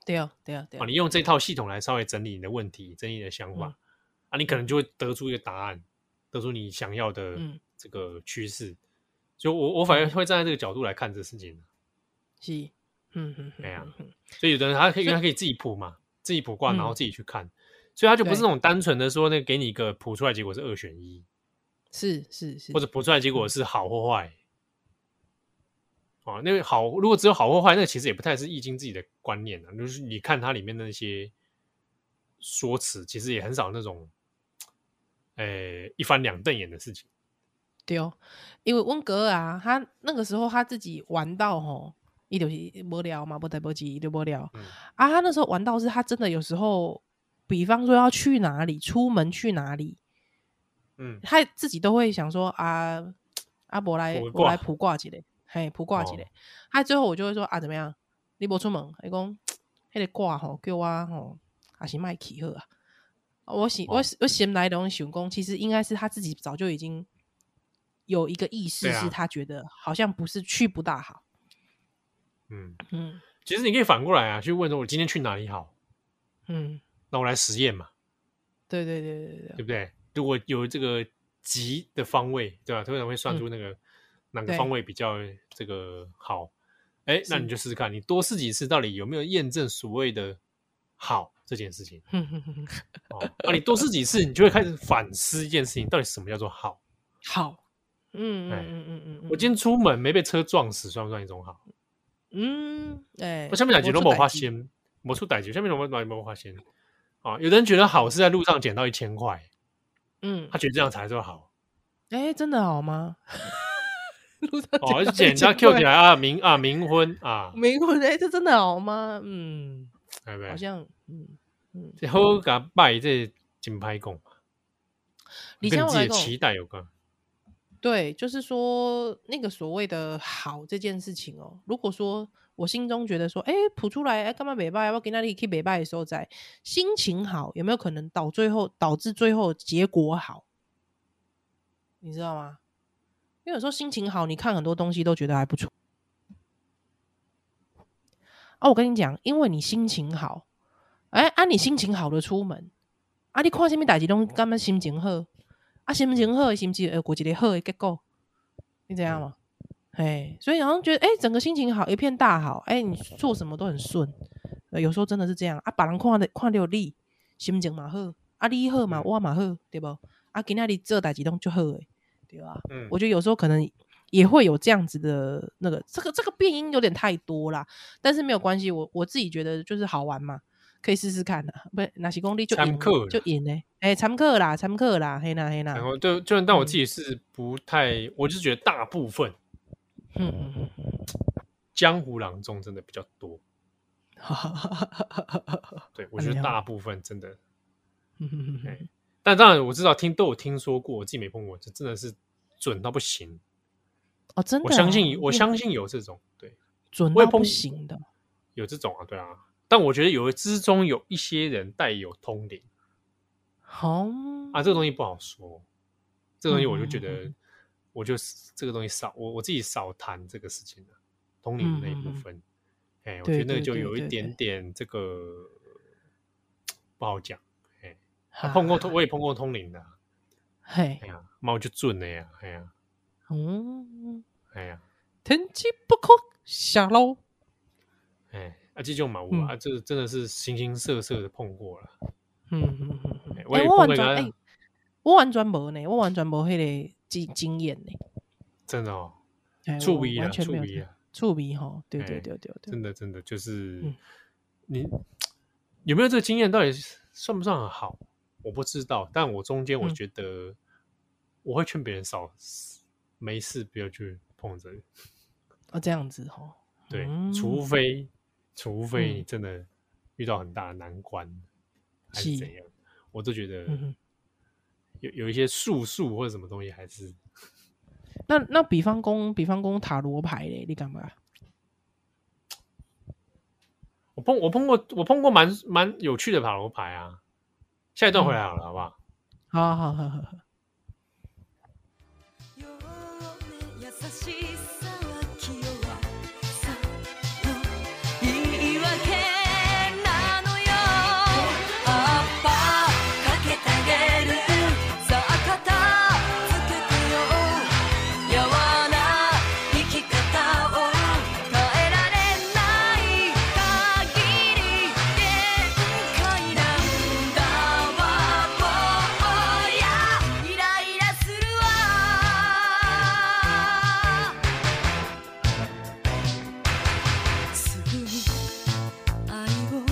S3: 对啊，对啊，对
S2: 啊，
S3: 啊，
S2: 你用这套系统来稍微整理你的问题，整理你的想法，
S3: 嗯
S2: 啊，你可能就会得出一个答案，得出你想要的
S3: 嗯
S2: 这个趋势。就我我反而会站在这个角度来看这事情，
S3: 是，嗯嗯，嗯
S2: 哎呀
S3: 嗯嗯
S2: 所以有的人他可以，
S3: 所以
S2: 他可以自己谱嘛，自己谱卦，
S3: 嗯
S2: 然后自己去看，所以他就不是
S3: 对
S2: 那种单纯的说那个给你一个谱出来结果是二选一，
S3: 是是是，
S2: 或者谱出来结果是好或坏。哦，那个好，如果只有好或坏，那其实也不太是易经自己的观念啊。就是你看它里面的那些说辞，其实也很少那种，呃，一翻两瞪眼的事情。
S3: 对哦，因为温格尔啊，他那个时候他自己玩到吼，伊就是无聊嘛，无代无志伊就无聊
S2: 嗯
S3: 啊。他那时候玩到是他真的有时候，比方说要去哪里，出门去哪里，
S2: 嗯，
S3: 他自己都会想说啊啊，我来
S2: 卜个
S3: 我来
S2: 卦
S3: 卜卦几嘞，嘿，卜卦几
S2: 哦
S3: 嘞。他最后我就会说啊，怎么样？你不出门，伊讲迄个卦吼，叫我吼，还是卖起好啊。我心我
S2: 哦
S3: 我心内拢想讲，其实应该是他自己早就已经有一个意识，
S2: 对啊
S3: 是他觉得好像不是去不大好。
S2: 嗯，
S3: 嗯
S2: 其实你可以反过来啊，去问说我今天去哪里好，
S3: 嗯，
S2: 那我来实验嘛。
S3: 对对对对对
S2: 对不对？如果有这个极的方位，对吧？通常会算出那个、哪个
S3: 对
S2: 方位比较这个好。哎，那
S3: 是
S2: 你就试试看，你多试几次，到底有没有验证所谓的好这件事情？
S3: 哼哼哼哼，
S2: 哦，那你多试几次，你就会开始反思一件事情，到底什么叫做好？
S3: 好，嗯嗯
S2: 哎
S3: 嗯嗯嗯嗯，
S2: 我今天出门没被车撞死，算不算一种好？
S3: 嗯哎，
S2: 我下面两集都
S3: 没
S2: 没
S3: 有
S2: 花
S3: 出事，
S2: 钱，没出歹局，下面我没没花钱。啊、有的人觉得好是在路上捡到一千块，
S3: 嗯
S2: 他，觉得这样才叫好。
S3: 哎，真的好吗？ 路上
S2: 哦，而且
S3: 捡
S2: 捡
S3: 到
S2: 他
S3: 一千
S2: Q 起
S3: 块
S2: 来啊，冥啊冥婚啊，
S3: 没过哎，这真的好吗？嗯，
S2: 对不
S3: 好
S2: 对？
S3: 像嗯嗯，
S2: 这好甲拜这真歹讲嘛，
S3: 你
S2: 跟
S3: 像
S2: 你
S3: 我
S2: 自
S3: 来
S2: 己的
S3: 讲，
S2: 期待有关。
S3: 对，就是说那个所谓的好这件事情哦，如果说我心中觉得说，哎，谱出来，哎，干嘛北拜，我给那里去北拜的时候，在心情好，有没有可能导最后导致最后结果好？你知道吗？因为有时候心情好，你看很多东西都觉得还不错。啊，我跟你讲，因为你心情好，哎、啊，你心情好的出门，啊，你看什么代志拢感觉心情好，啊，心情好的心情呃，过一个好的结果，你知道吗？哎，所以好像觉得哎、整个心情好，一片大好，哎、你做什么都很顺、呃有时候真的是这样啊，把人看的看到你心情嘛好，啊，你好嘛，
S2: 嗯
S3: 我嘛好，对不？啊，今仔日做代志拢就好诶，对啊吧、
S2: 嗯，
S3: 我觉得有时候可能也会有这样子的那个，这个这个变音有点太多啦，但是没有关系，我我自己觉得就是好玩嘛，可以试试看啊。不，哪些功力就
S2: 参
S3: 赢
S2: 考啦
S3: 就赢嘞、哎，参课啦，参课啦，嘿啦嘿啦
S2: 然，后就就但我
S3: 嗯
S2: 自己是不太，我就觉得大部分
S3: 嗯嗯嗯，
S2: 江湖郎中真的比较多，对我觉
S3: 没
S2: 得
S3: 有
S2: 大部分真的，
S3: 嗯
S2: 但当然我知道听都有听说过，我自己没碰过，这真的是准到不行。
S3: 哦，真的啊、
S2: 我相信，我
S3: 你
S2: 相信有这种，对，
S3: 准
S2: 我也
S3: 到不
S2: 碰
S3: 行的，
S2: 有这种啊，对啊。但我觉得有之中有一些人带有通灵
S3: 好
S2: 啊，这个东西不好说。这个东西我就觉
S3: 嗯嗯嗯
S2: 得
S3: 嗯，
S2: 我就是这个东西少，我我自己少谈这个事情了、通灵的那一部
S3: 嗯嗯嗯
S2: 分。哎、我
S3: 对
S2: 觉得那个
S3: 对
S2: 就
S3: 对
S2: 有一
S3: 对
S2: 点
S3: 对
S2: 点这个不好讲。啊碰过通，我也碰过通灵的啊、
S3: 嘿
S2: 哎，呀，猫就准了呀，哎呀，
S3: 嗯，
S2: 哎呀，
S3: 天机不可下喽，
S2: 哎，啊，这就嘛有啊，这真的是形形色色的碰过了。
S3: 嗯嗯嗯嗯
S2: 哎，我
S3: 哎、
S2: 也碰
S3: 我完
S2: 过一
S3: 全
S2: 个
S3: 哎、我完全无呢，我完全无迄个经经验呢，
S2: 真的哦，
S3: 哎
S2: 触
S3: 我
S2: 鼻啊
S3: 完全
S2: 触
S3: 没有
S2: 鼻
S3: 这
S2: 啊，
S3: 触鼻哈，对对
S2: 哎
S3: 对对对，
S2: 真的真的就是
S3: 嗯
S2: 你有没有这个经验，到底是算不算很好？我不知道，但我中间我
S3: 嗯
S2: 觉得我会劝别人少没事不要去碰这个，
S3: 啊这样子哈，
S2: 对，
S3: 嗯
S2: 除非除非你
S3: 嗯
S2: 真的遇到很大的难关还是
S3: 是
S2: 怎样，我都觉得
S3: 嗯哼，
S2: 有有一些术数或者什么东西还是。
S3: 那那比方公比方公塔罗牌嘞，你干嘛？
S2: 我碰我碰过我碰过蛮蛮有趣的塔罗牌啊。下一段回来好了，好不好？
S3: 好好好好好，
S1: よね優しさは清さの言い訳なのよアッパーかけてあげるさあ肩つけてよやわな生き方を変えられない限り限界なんだわぼうやイライラするわすぐに愛を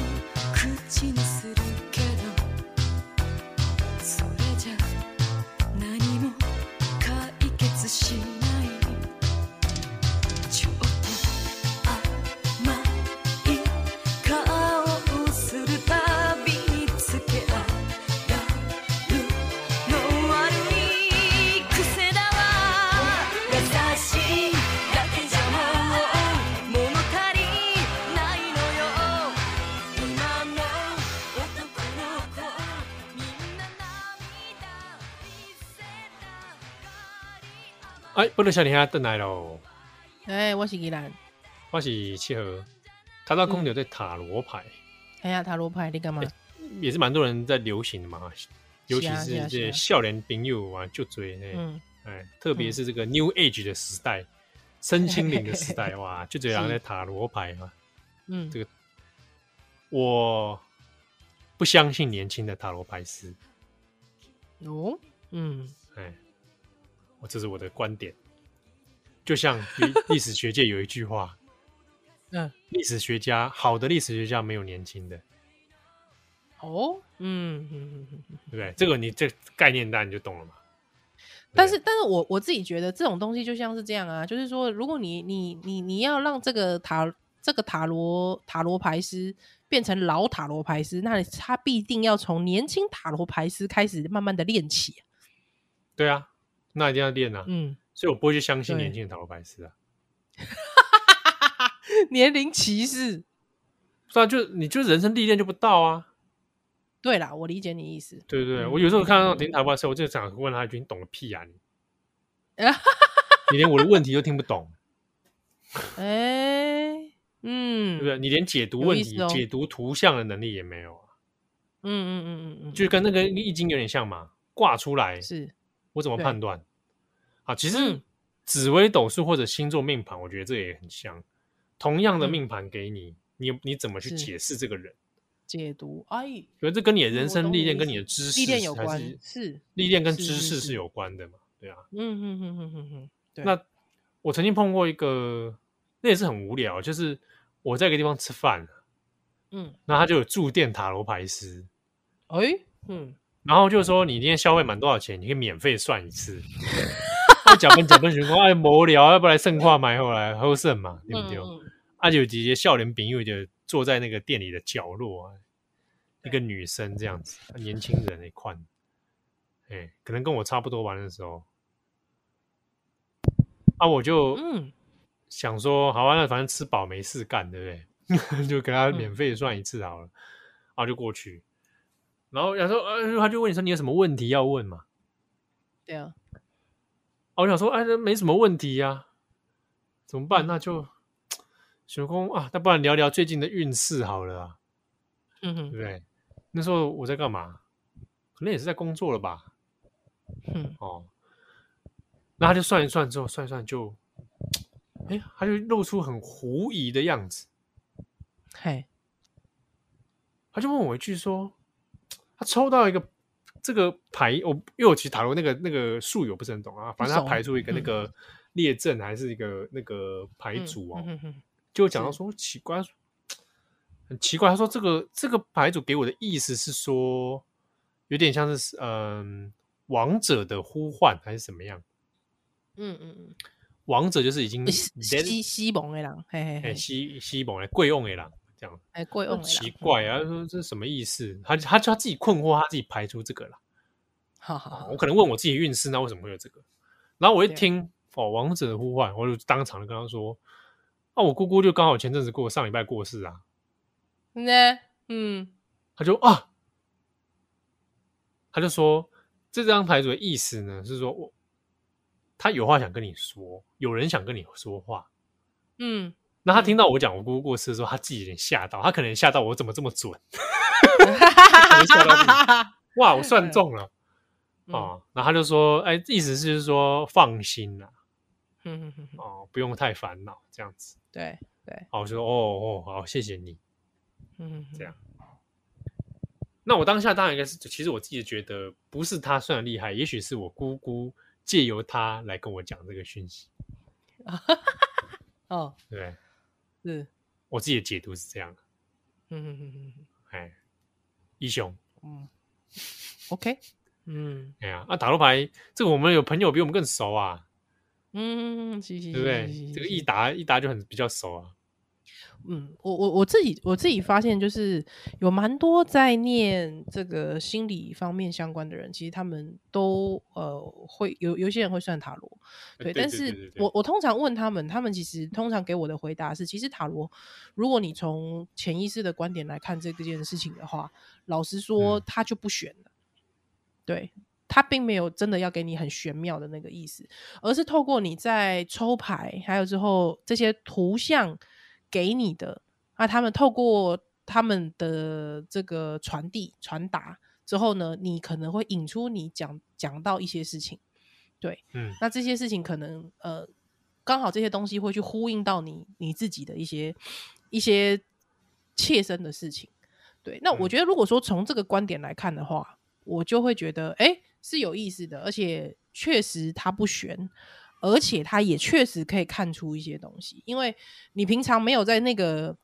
S1: 口にするけどそれじゃ何も解決しないちょっと甘い顔をするたびにつけあがるの悪い癖だわ優しいだけじゃもう物足りないのよ今の男の子みんな涙見せたがり
S2: 哎，不能小林下邓来喽，
S3: 哎、我是伊兰，
S2: 我是七和。谈到空调对塔罗牌、
S3: 哎呀塔罗牌你干嘛？
S2: 也是蛮多人在流行的嘛，尤其
S3: 嗯是
S2: 是
S3: 啊
S2: 这些
S3: 是啊
S2: 笑脸朋友啊，就追哎、
S3: 嗯，
S2: 哎，特别是这个 New Age 的时代，身心灵的时 代哇，就这样在塔罗牌嘛。
S3: 嗯，
S2: 这个我不相信年轻的塔罗牌师，
S3: 哦，嗯，
S2: 哎，我这是我的观点。就像历历 史学界有一句话，
S3: 嗯，
S2: 历史学家好的历史学家没有年轻的，
S3: 哦，嗯嗯嗯嗯。
S2: 对不对？这个你这概念当然你就懂了嘛。
S3: 但
S2: 对
S3: 是，但是我我自己觉得这种东西就像是这样啊，就是说，如果你你你你要让这个塔这个塔罗塔罗牌师变成老塔罗牌师，那他必定要从年轻塔罗牌师开始慢慢的练起、
S2: 对啊，那一定要练啊。
S3: 嗯，
S2: 所以我不会去相信
S3: 对
S2: 年轻的塔罗牌师啊。
S3: 年龄歧视。
S2: 不然啊就你就人生历练就不到啊，
S3: 对啦，我理解你意思。
S2: 对不对？
S3: 嗯
S2: 我有时候看到年塔罗牌师，我就想问他一句：“你懂个屁啊你！
S3: 啊
S2: 你连我的问题都听不懂，
S3: 哎、
S2: 对
S3: 嗯，
S2: 不对？你连解读
S3: 有
S2: 问
S3: 意
S2: 题、
S3: 思哦
S2: 解读图像的能力也没有啊。”
S3: 嗯嗯嗯嗯嗯，
S2: 就跟那个易经有点像嘛，卦出来
S3: 是
S2: 我怎么
S3: 对
S2: 判断？啊，其实
S3: 嗯
S2: 紫微斗数或者星座命盘，我觉得这也很像，同样的
S3: 嗯
S2: 命盘给你，你你怎么去
S3: 是
S2: 解释这个人？
S3: 解读。哎，
S2: 因为这跟你的人
S3: 我
S2: 生
S3: 懂
S2: 历
S3: 你
S2: 练、
S3: 意
S2: 跟
S3: 思
S2: 你的知识
S3: 历练有
S2: 还
S3: 关
S2: 是，
S3: 是，
S2: 历练跟
S3: 是
S2: 知
S3: 是
S2: 识
S3: 是
S2: 是有关的嘛？对啊。
S3: 嗯嗯嗯嗯嗯嗯，对，
S2: 那我曾经碰过一个，那也是很无聊，就是我在一个地方吃饭，
S3: 嗯，
S2: 然后他就有驻店塔罗牌师，
S3: 哎、嗯，
S2: 然后就说你今天消费满多少钱，你可以免费算一次。 我假分假分询说，哎，无聊，要不然剩话买回来好省嘛，对不对？
S3: 嗯嗯
S2: 啊，就有一个少年朋友就坐在那个店里的角落、啊，一个女生这样子，啊年轻人一看，哎、可能跟我差不多吧那时候。啊，我就
S3: 嗯，
S2: 想说，好啊，那反正吃饱没事干，对不对？ 就给他免费算一次好了，然后就过去，然后想说，呃，他就问你说你有什么问题要问嘛？
S3: 对啊，
S2: 啊，我想说，哎，这没什么问题呀、怎么办？那就想公啊，那不然聊聊最近的运势好了、啊，
S3: 嗯
S2: 对不
S3: 哼，
S2: 对？那时候我在干嘛？可能也是在工作了吧，
S3: 嗯
S2: 哦，那他就算一算之后，算一算就，哎，他就露出很狐疑的样子，
S3: 嘿，
S2: 他就问我一句说，他抽到一个这个牌，我因为我其实塔罗那个那个术语我不是很懂啊，反正他
S3: 不熟
S2: 排出一个那
S3: 嗯
S2: 个列阵还是一个那个牌组哦，
S3: 嗯嗯哼哼
S2: 就讲到
S3: 是
S2: 说奇怪，很奇怪，他说这个这个牌组给我的意思是说，有点像是嗯、王者的呼唤还是什么样？
S3: 嗯嗯
S2: 王者就是已经
S3: 嗯，西西蒙的人，嘿嘿
S2: 哎
S3: 嘿，
S2: 西西蒙来贵用哎啦，这样
S3: 哎，贵翁的人
S2: 奇，怪啊，他说这是什么意思？他他他自己困惑，他自己排除这个啦。
S3: 好好好
S2: 哦我，可能问我自己运势，那为什么会有这个？然后我一
S3: 哦对啊
S2: 听哦，王者的呼唤，我就当场就跟他说，啊，我姑姑就刚好前阵子过上礼拜过世啊，
S3: 那嗯，
S2: 他就啊，他就说这张牌组的意思呢是说我他有话想跟你说，有人想跟你说话。
S3: 嗯，
S2: 那他听到我讲我姑姑过世的时候，他自己有点吓到，他可能吓到我怎么这么准， 能笑到哇，我算中了
S3: 嗯
S2: 哦。然后他就说，哎，意思是说放心啦，
S3: 嗯嗯嗯嗯，
S2: 哦，不用太烦恼这样子。
S3: 对对，
S2: 哦，我说哦哦，好，谢谢你。
S3: 嗯，
S2: 这样那我当下当然应该是，其实我自己觉得不是他算厉害，也许是我姑姑借由他来跟我讲这个讯息，
S3: 哦，
S2: 对不对
S3: 是，
S2: 我自己的解读是这样的。
S3: 嗯嗯嗯嗯
S2: 哎，一雄，
S3: 嗯，OK，嗯
S2: 哎呀，那、打罗牌这个我们有朋友比我们更熟啊，
S3: 嗯，是是
S2: 对不对？这个一打一打就很比较熟啊。
S3: 嗯，我我我自己我自己发现，就是有蛮多在念这个心理方面相关的人，其实他们都呃会有有一些人会算塔罗，
S2: 呃
S3: 对，
S2: 对
S3: 但
S2: 对对对
S3: 是
S2: 对
S3: 我我通常问他们，他们其实通常给我的回答是，其实塔罗，如果你从潜意识的观点来看这件事情的话，老实说，
S2: 嗯
S3: 他就不选了，对。他并没有真的要给你很玄妙的那个意思，而是透过你在抽牌，还有之后这些图像给你的，那他们透过他们的这个传递传达之后呢，你可能会引出你讲讲到一些事情，对，
S2: 嗯，
S3: 那这些事情可能呃，刚好这些东西会去呼应到你你自己的一些一些切身的事情，对。那我
S2: 嗯
S3: 觉得如果说从这个观点来看的话，我就会觉得哎、诶是有意思的，而且确实它不悬，而且他也确实可以看出一些东西，因为你平常没有在那个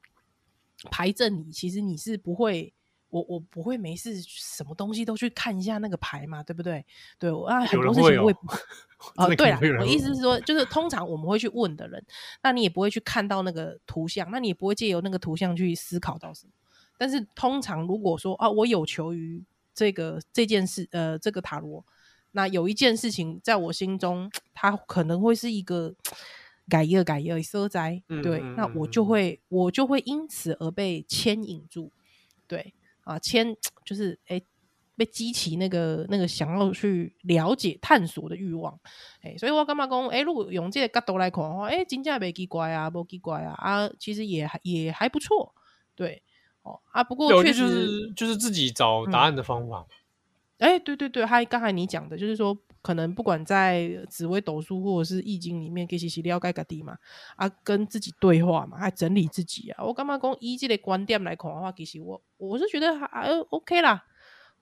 S3: 牌阵里，其实你是不会，我我不会没事什么东西都去看一下那个牌嘛，对不对？对，我啊很
S2: 有
S3: 多
S2: 人
S3: 事情
S2: 会
S3: 我
S2: 哦
S3: 也不。 哦，
S2: 真的
S3: 对
S2: 可
S3: 啦
S2: 能会有，人
S3: 我
S2: 会
S3: 意思是说，就是通常我们会去问的人，那你也不会去看到那个图像，那你也不会借由那个图像去思考到什么。但是通常如果说啊，我有求于这个这件事，呃，这个塔罗，那有一件事情在我心中，它可能会是一个改业改业色灾，
S2: 嗯
S3: 对，
S2: 嗯
S3: 那
S2: 嗯
S3: 我
S2: 嗯
S3: 就
S2: 嗯
S3: 会我就会因此而被牵引住，对啊，牵就是哎、被激起那个那个想要去了解探索的欲望，哎、所以我干嘛讲哎，如果用这个角度来看的话，哎、真正没奇怪啊，不奇怪啊，啊，其实也还也还不错，对。哦啊，不过
S2: 对，我觉
S3: 确
S2: 得
S3: 实
S2: 就
S3: 嗯
S2: 是就是自己找答案的方法嘛。
S3: 哎，对对对，还刚才你讲的，就是说，可能不管在紫微斗数或者是易经里面，给其实了解个地嘛，啊，跟自己对话嘛，还整理自己啊。我干嘛讲以这个观点来看的话，其实我我是觉得还、还 OK 啦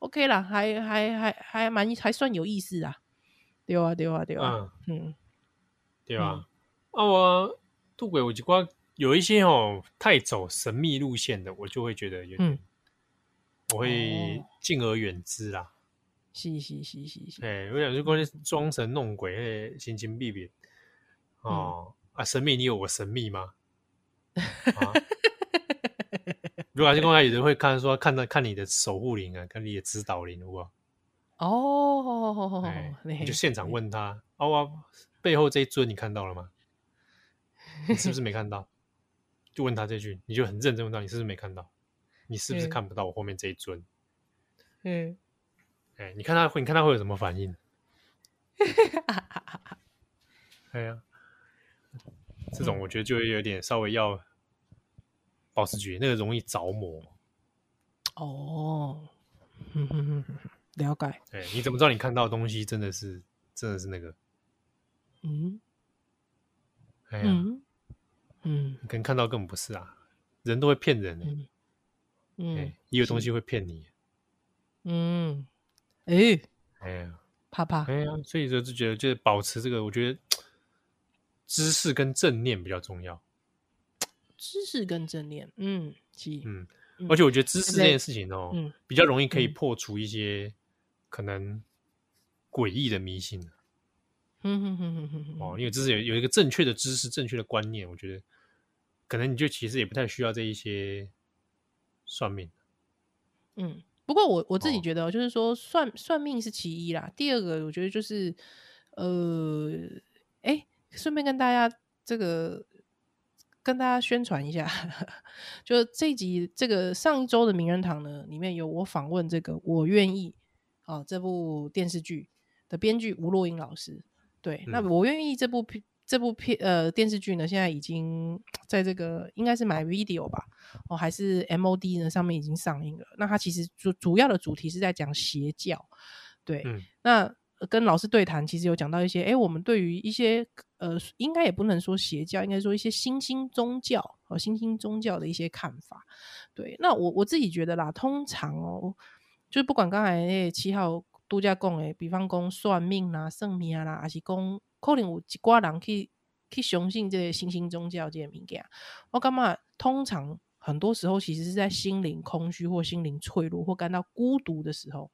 S3: ，OK 啦，还还还还蛮还算有意思啊。对啊，对啊，对啊，
S2: 嗯，
S3: 嗯
S2: 对吧？啊，我杜鬼，我就光有一些哦，太走神秘路线的，我就会觉得有点，
S3: 嗯
S2: 我会
S3: 哦
S2: 敬而远之啦。
S3: 是是是是是，
S2: 哎、我想说关键装神弄鬼，哎，心情避避哦、啊，神秘你有我神秘吗？啊，哦如果是公开，有人会看说看到看你的守护灵啊，看你的指导灵，哇，
S3: 哦
S2: 哎，
S3: 嘿
S2: 你就现场问他，啊哇，背后这一尊你看到了吗？你是不是没看到？ 就问他这句，你就很认真问他，你是不是没看到？你是不是
S3: 嗯
S2: 看不到我后面这一尊？
S3: 嗯，
S2: 哎，你看他会，你看他会有什么反应？ 哎呀，这种我觉得就会有点稍微要保持距离，那个容易着魔。
S3: 哦，嗯哼哼哼了解，
S2: 哎，你怎么知道你看到的东西真的是真的是那个？
S3: 嗯
S2: 哎呀，
S3: 嗯嗯
S2: 你可能看到根本不是啊，人都会骗人的、
S3: 嗯
S2: 哎、
S3: 嗯
S2: 也有东西会骗你，
S3: 嗯，哎，
S2: 哎呀，
S3: 啪啪，
S2: 哎呀，所以说就觉得就是保持这个，我觉得知识跟正念比较重要，
S3: 知识跟正念，嗯，是，
S2: 嗯，
S3: 嗯
S2: 而且我觉得知识
S3: 对
S2: 这件事情哦，
S3: 嗯
S2: 比较容易可以
S3: 嗯
S2: 破除一些可能诡异的迷信、
S3: 哼嗯哼哼哼哼哼，
S2: 哦，因为知识有有一个正确的知识、正确的观念，我觉得可能你就其实也不太需要这一些算命，
S3: 嗯，不过我我自己
S2: 哦
S3: 觉得哦，就是说算算命是其一啦，第二个我觉得就是，呃，哎，顺便跟大家这个跟大家宣传一下， 就这一集这个上一周的名人堂呢，里面有我访问这个我愿意啊这部电视剧的编剧吴若英老师，对，那
S2: 嗯
S3: 我愿意这部片这部片呃电视剧呢，现在已经在这个应该是买 video 吧，哦还是 MOD 呢上面已经上映了。那它其实主主要的主题是在讲邪教，对，
S2: 嗯
S3: 那呃跟老师对谈，其实有讲到一些，哎，我们对于一些呃，应该也不能说邪教，应该说一些新兴宗教哦，新兴宗教的一些看法。对，那我我自己觉得啦，通常哦，就是不管刚才那七号度假讲诶，比方讲算命啦、算命啦，还是讲可能有一寡人去去相信这个新兴宗教这些物件，我感觉通常很多时候其实是在心灵空虚或心灵脆弱或感到孤独的时候，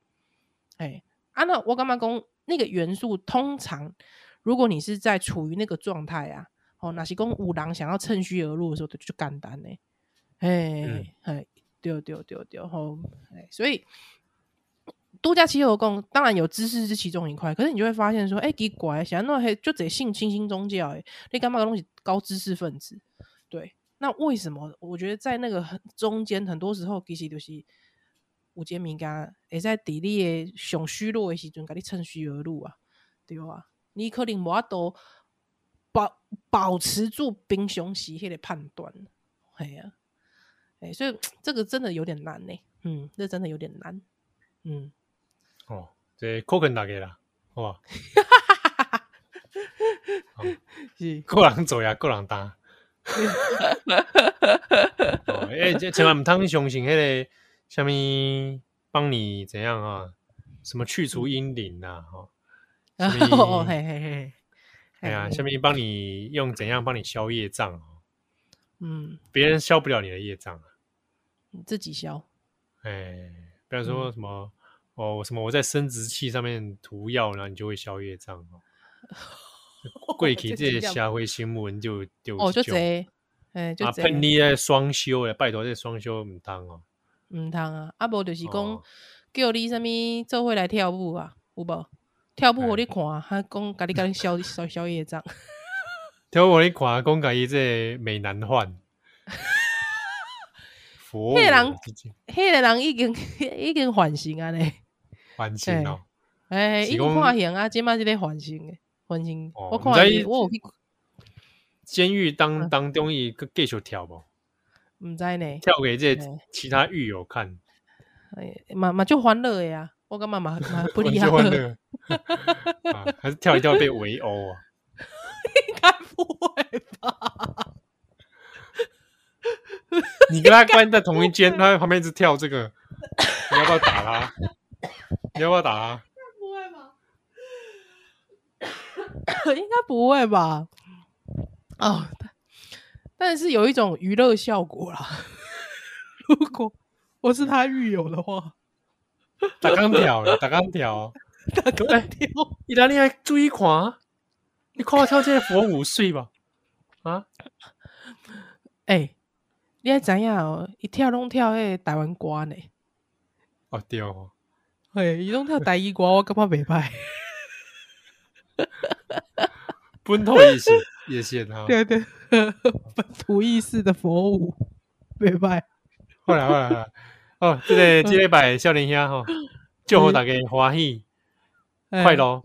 S3: 哎、啊，那我干嘛讲那个元素？通常如果你是在处于那个状态啊，哦，哪些讲五郎想要趁虚而入的时候，就就简单呢、
S2: 嗯
S3: 哎哎，对对对对，吼，哎，所以度假期有共，当然有知识是其中一块，可是你就会发现说，哎、奇怪，想那嘿，就得信清新宗教，哎，你干嘛东西高知识分子？对，那为什么？我觉得在那个很中间，很多时候其实就是有些敏感，会在伫你诶上虚弱诶时阵，甲你趁虚而入啊，对啊，你可能无法度保保持住平常时迄个判断，嘿啊，哎、所以这个真的有点难呢、嗯，这真的有点难，嗯，
S2: 哦，这 Coken 打给啦，好吧？
S3: 是，
S2: 个人做呀，个人担。哦，哎、这千万唔通相信迄个什么帮你怎样啊？什么去除阴灵呐？哈、
S3: 哦
S2: 什
S3: 哦，
S2: 么
S3: 嘿嘿嘿，
S2: 哎呀，下面帮你用怎样帮你消业障哦？
S3: 嗯，
S2: 别人消不了你的业障啊！
S3: 你自己消，
S2: 哎，不要
S3: 嗯
S2: 说什么、哦，什么我在生殖器上面涂药，然后你就会消业障 哦。贵体这些
S3: 消，
S2: 下回新闻就就
S3: 哦，就
S2: 这。
S3: 这，哎，就
S2: 啊，
S3: 这。
S2: 喷你诶双休诶，拜托这双休唔当哦。
S3: 毋通啊，啊无就是讲
S2: 哦
S3: 叫你啥物做伙来跳舞啊，有无？跳
S2: 哎
S3: 舞互你看，啊还讲甲你甲你消消消业障，
S2: 听我咧看，讲甲伊这个美男 患，佛啊
S3: 那个人
S2: 已经
S3: 迄个人已经 已经反省啊咧，
S2: 反省哦，
S3: 哎，
S2: 是
S3: 已经
S2: 讲
S3: 判刑啊，即摆即个反省诶，反省，
S2: 哦
S3: 我
S2: 不
S3: 看
S2: 知
S3: 伊
S2: 道
S3: 我有去，
S2: 监狱当
S3: 嗯
S2: 当中伊个继续跳无，
S3: 毋知呢，
S2: 跳给这
S3: 对
S2: 其他狱友看，
S3: 哎嘛嘛就欢乐诶啊，我感觉嘛嘛不
S2: 我
S3: 厉
S2: 就
S3: 害，
S2: 问那 个啊，还是跳一跳被围殴啊？
S3: 该不会
S2: 你跟他关在同一间，他在旁边一直跳这个，你要不要打他？你要不要打他？
S3: 不会吧？应该不会吧？哦，但但是有一种娱乐效果啦。 如果我是他狱友的话，
S2: 打钢条了，打钢条。
S3: 他可能跳
S2: 意大利还注意看啊，你看我跳这个佛五岁吧？啊，
S3: 哎你还知影哦？伊跳拢跳迄个台湾歌呢，
S2: 哦对哦，
S3: 嘿，伊拢跳台语歌，我感觉袂歹。
S2: 本土也行也行啊。
S3: 对 对，本土意识的佛舞，袂歹。
S2: 后来后来后 来，哦，这个这礼拜少年兄吼，祝
S3: 嗯
S2: 福大家欢喜
S3: 嘿
S2: 快，乐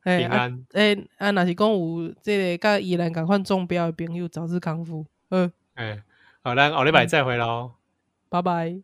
S3: 嘿
S2: 平。安。
S3: 诶、欸，啊，若是讲有即个甲依然共款中标的朋友，早日康复。嗯，嗯
S2: 哎，好，咱后礼拜再会喽。
S3: 拜拜。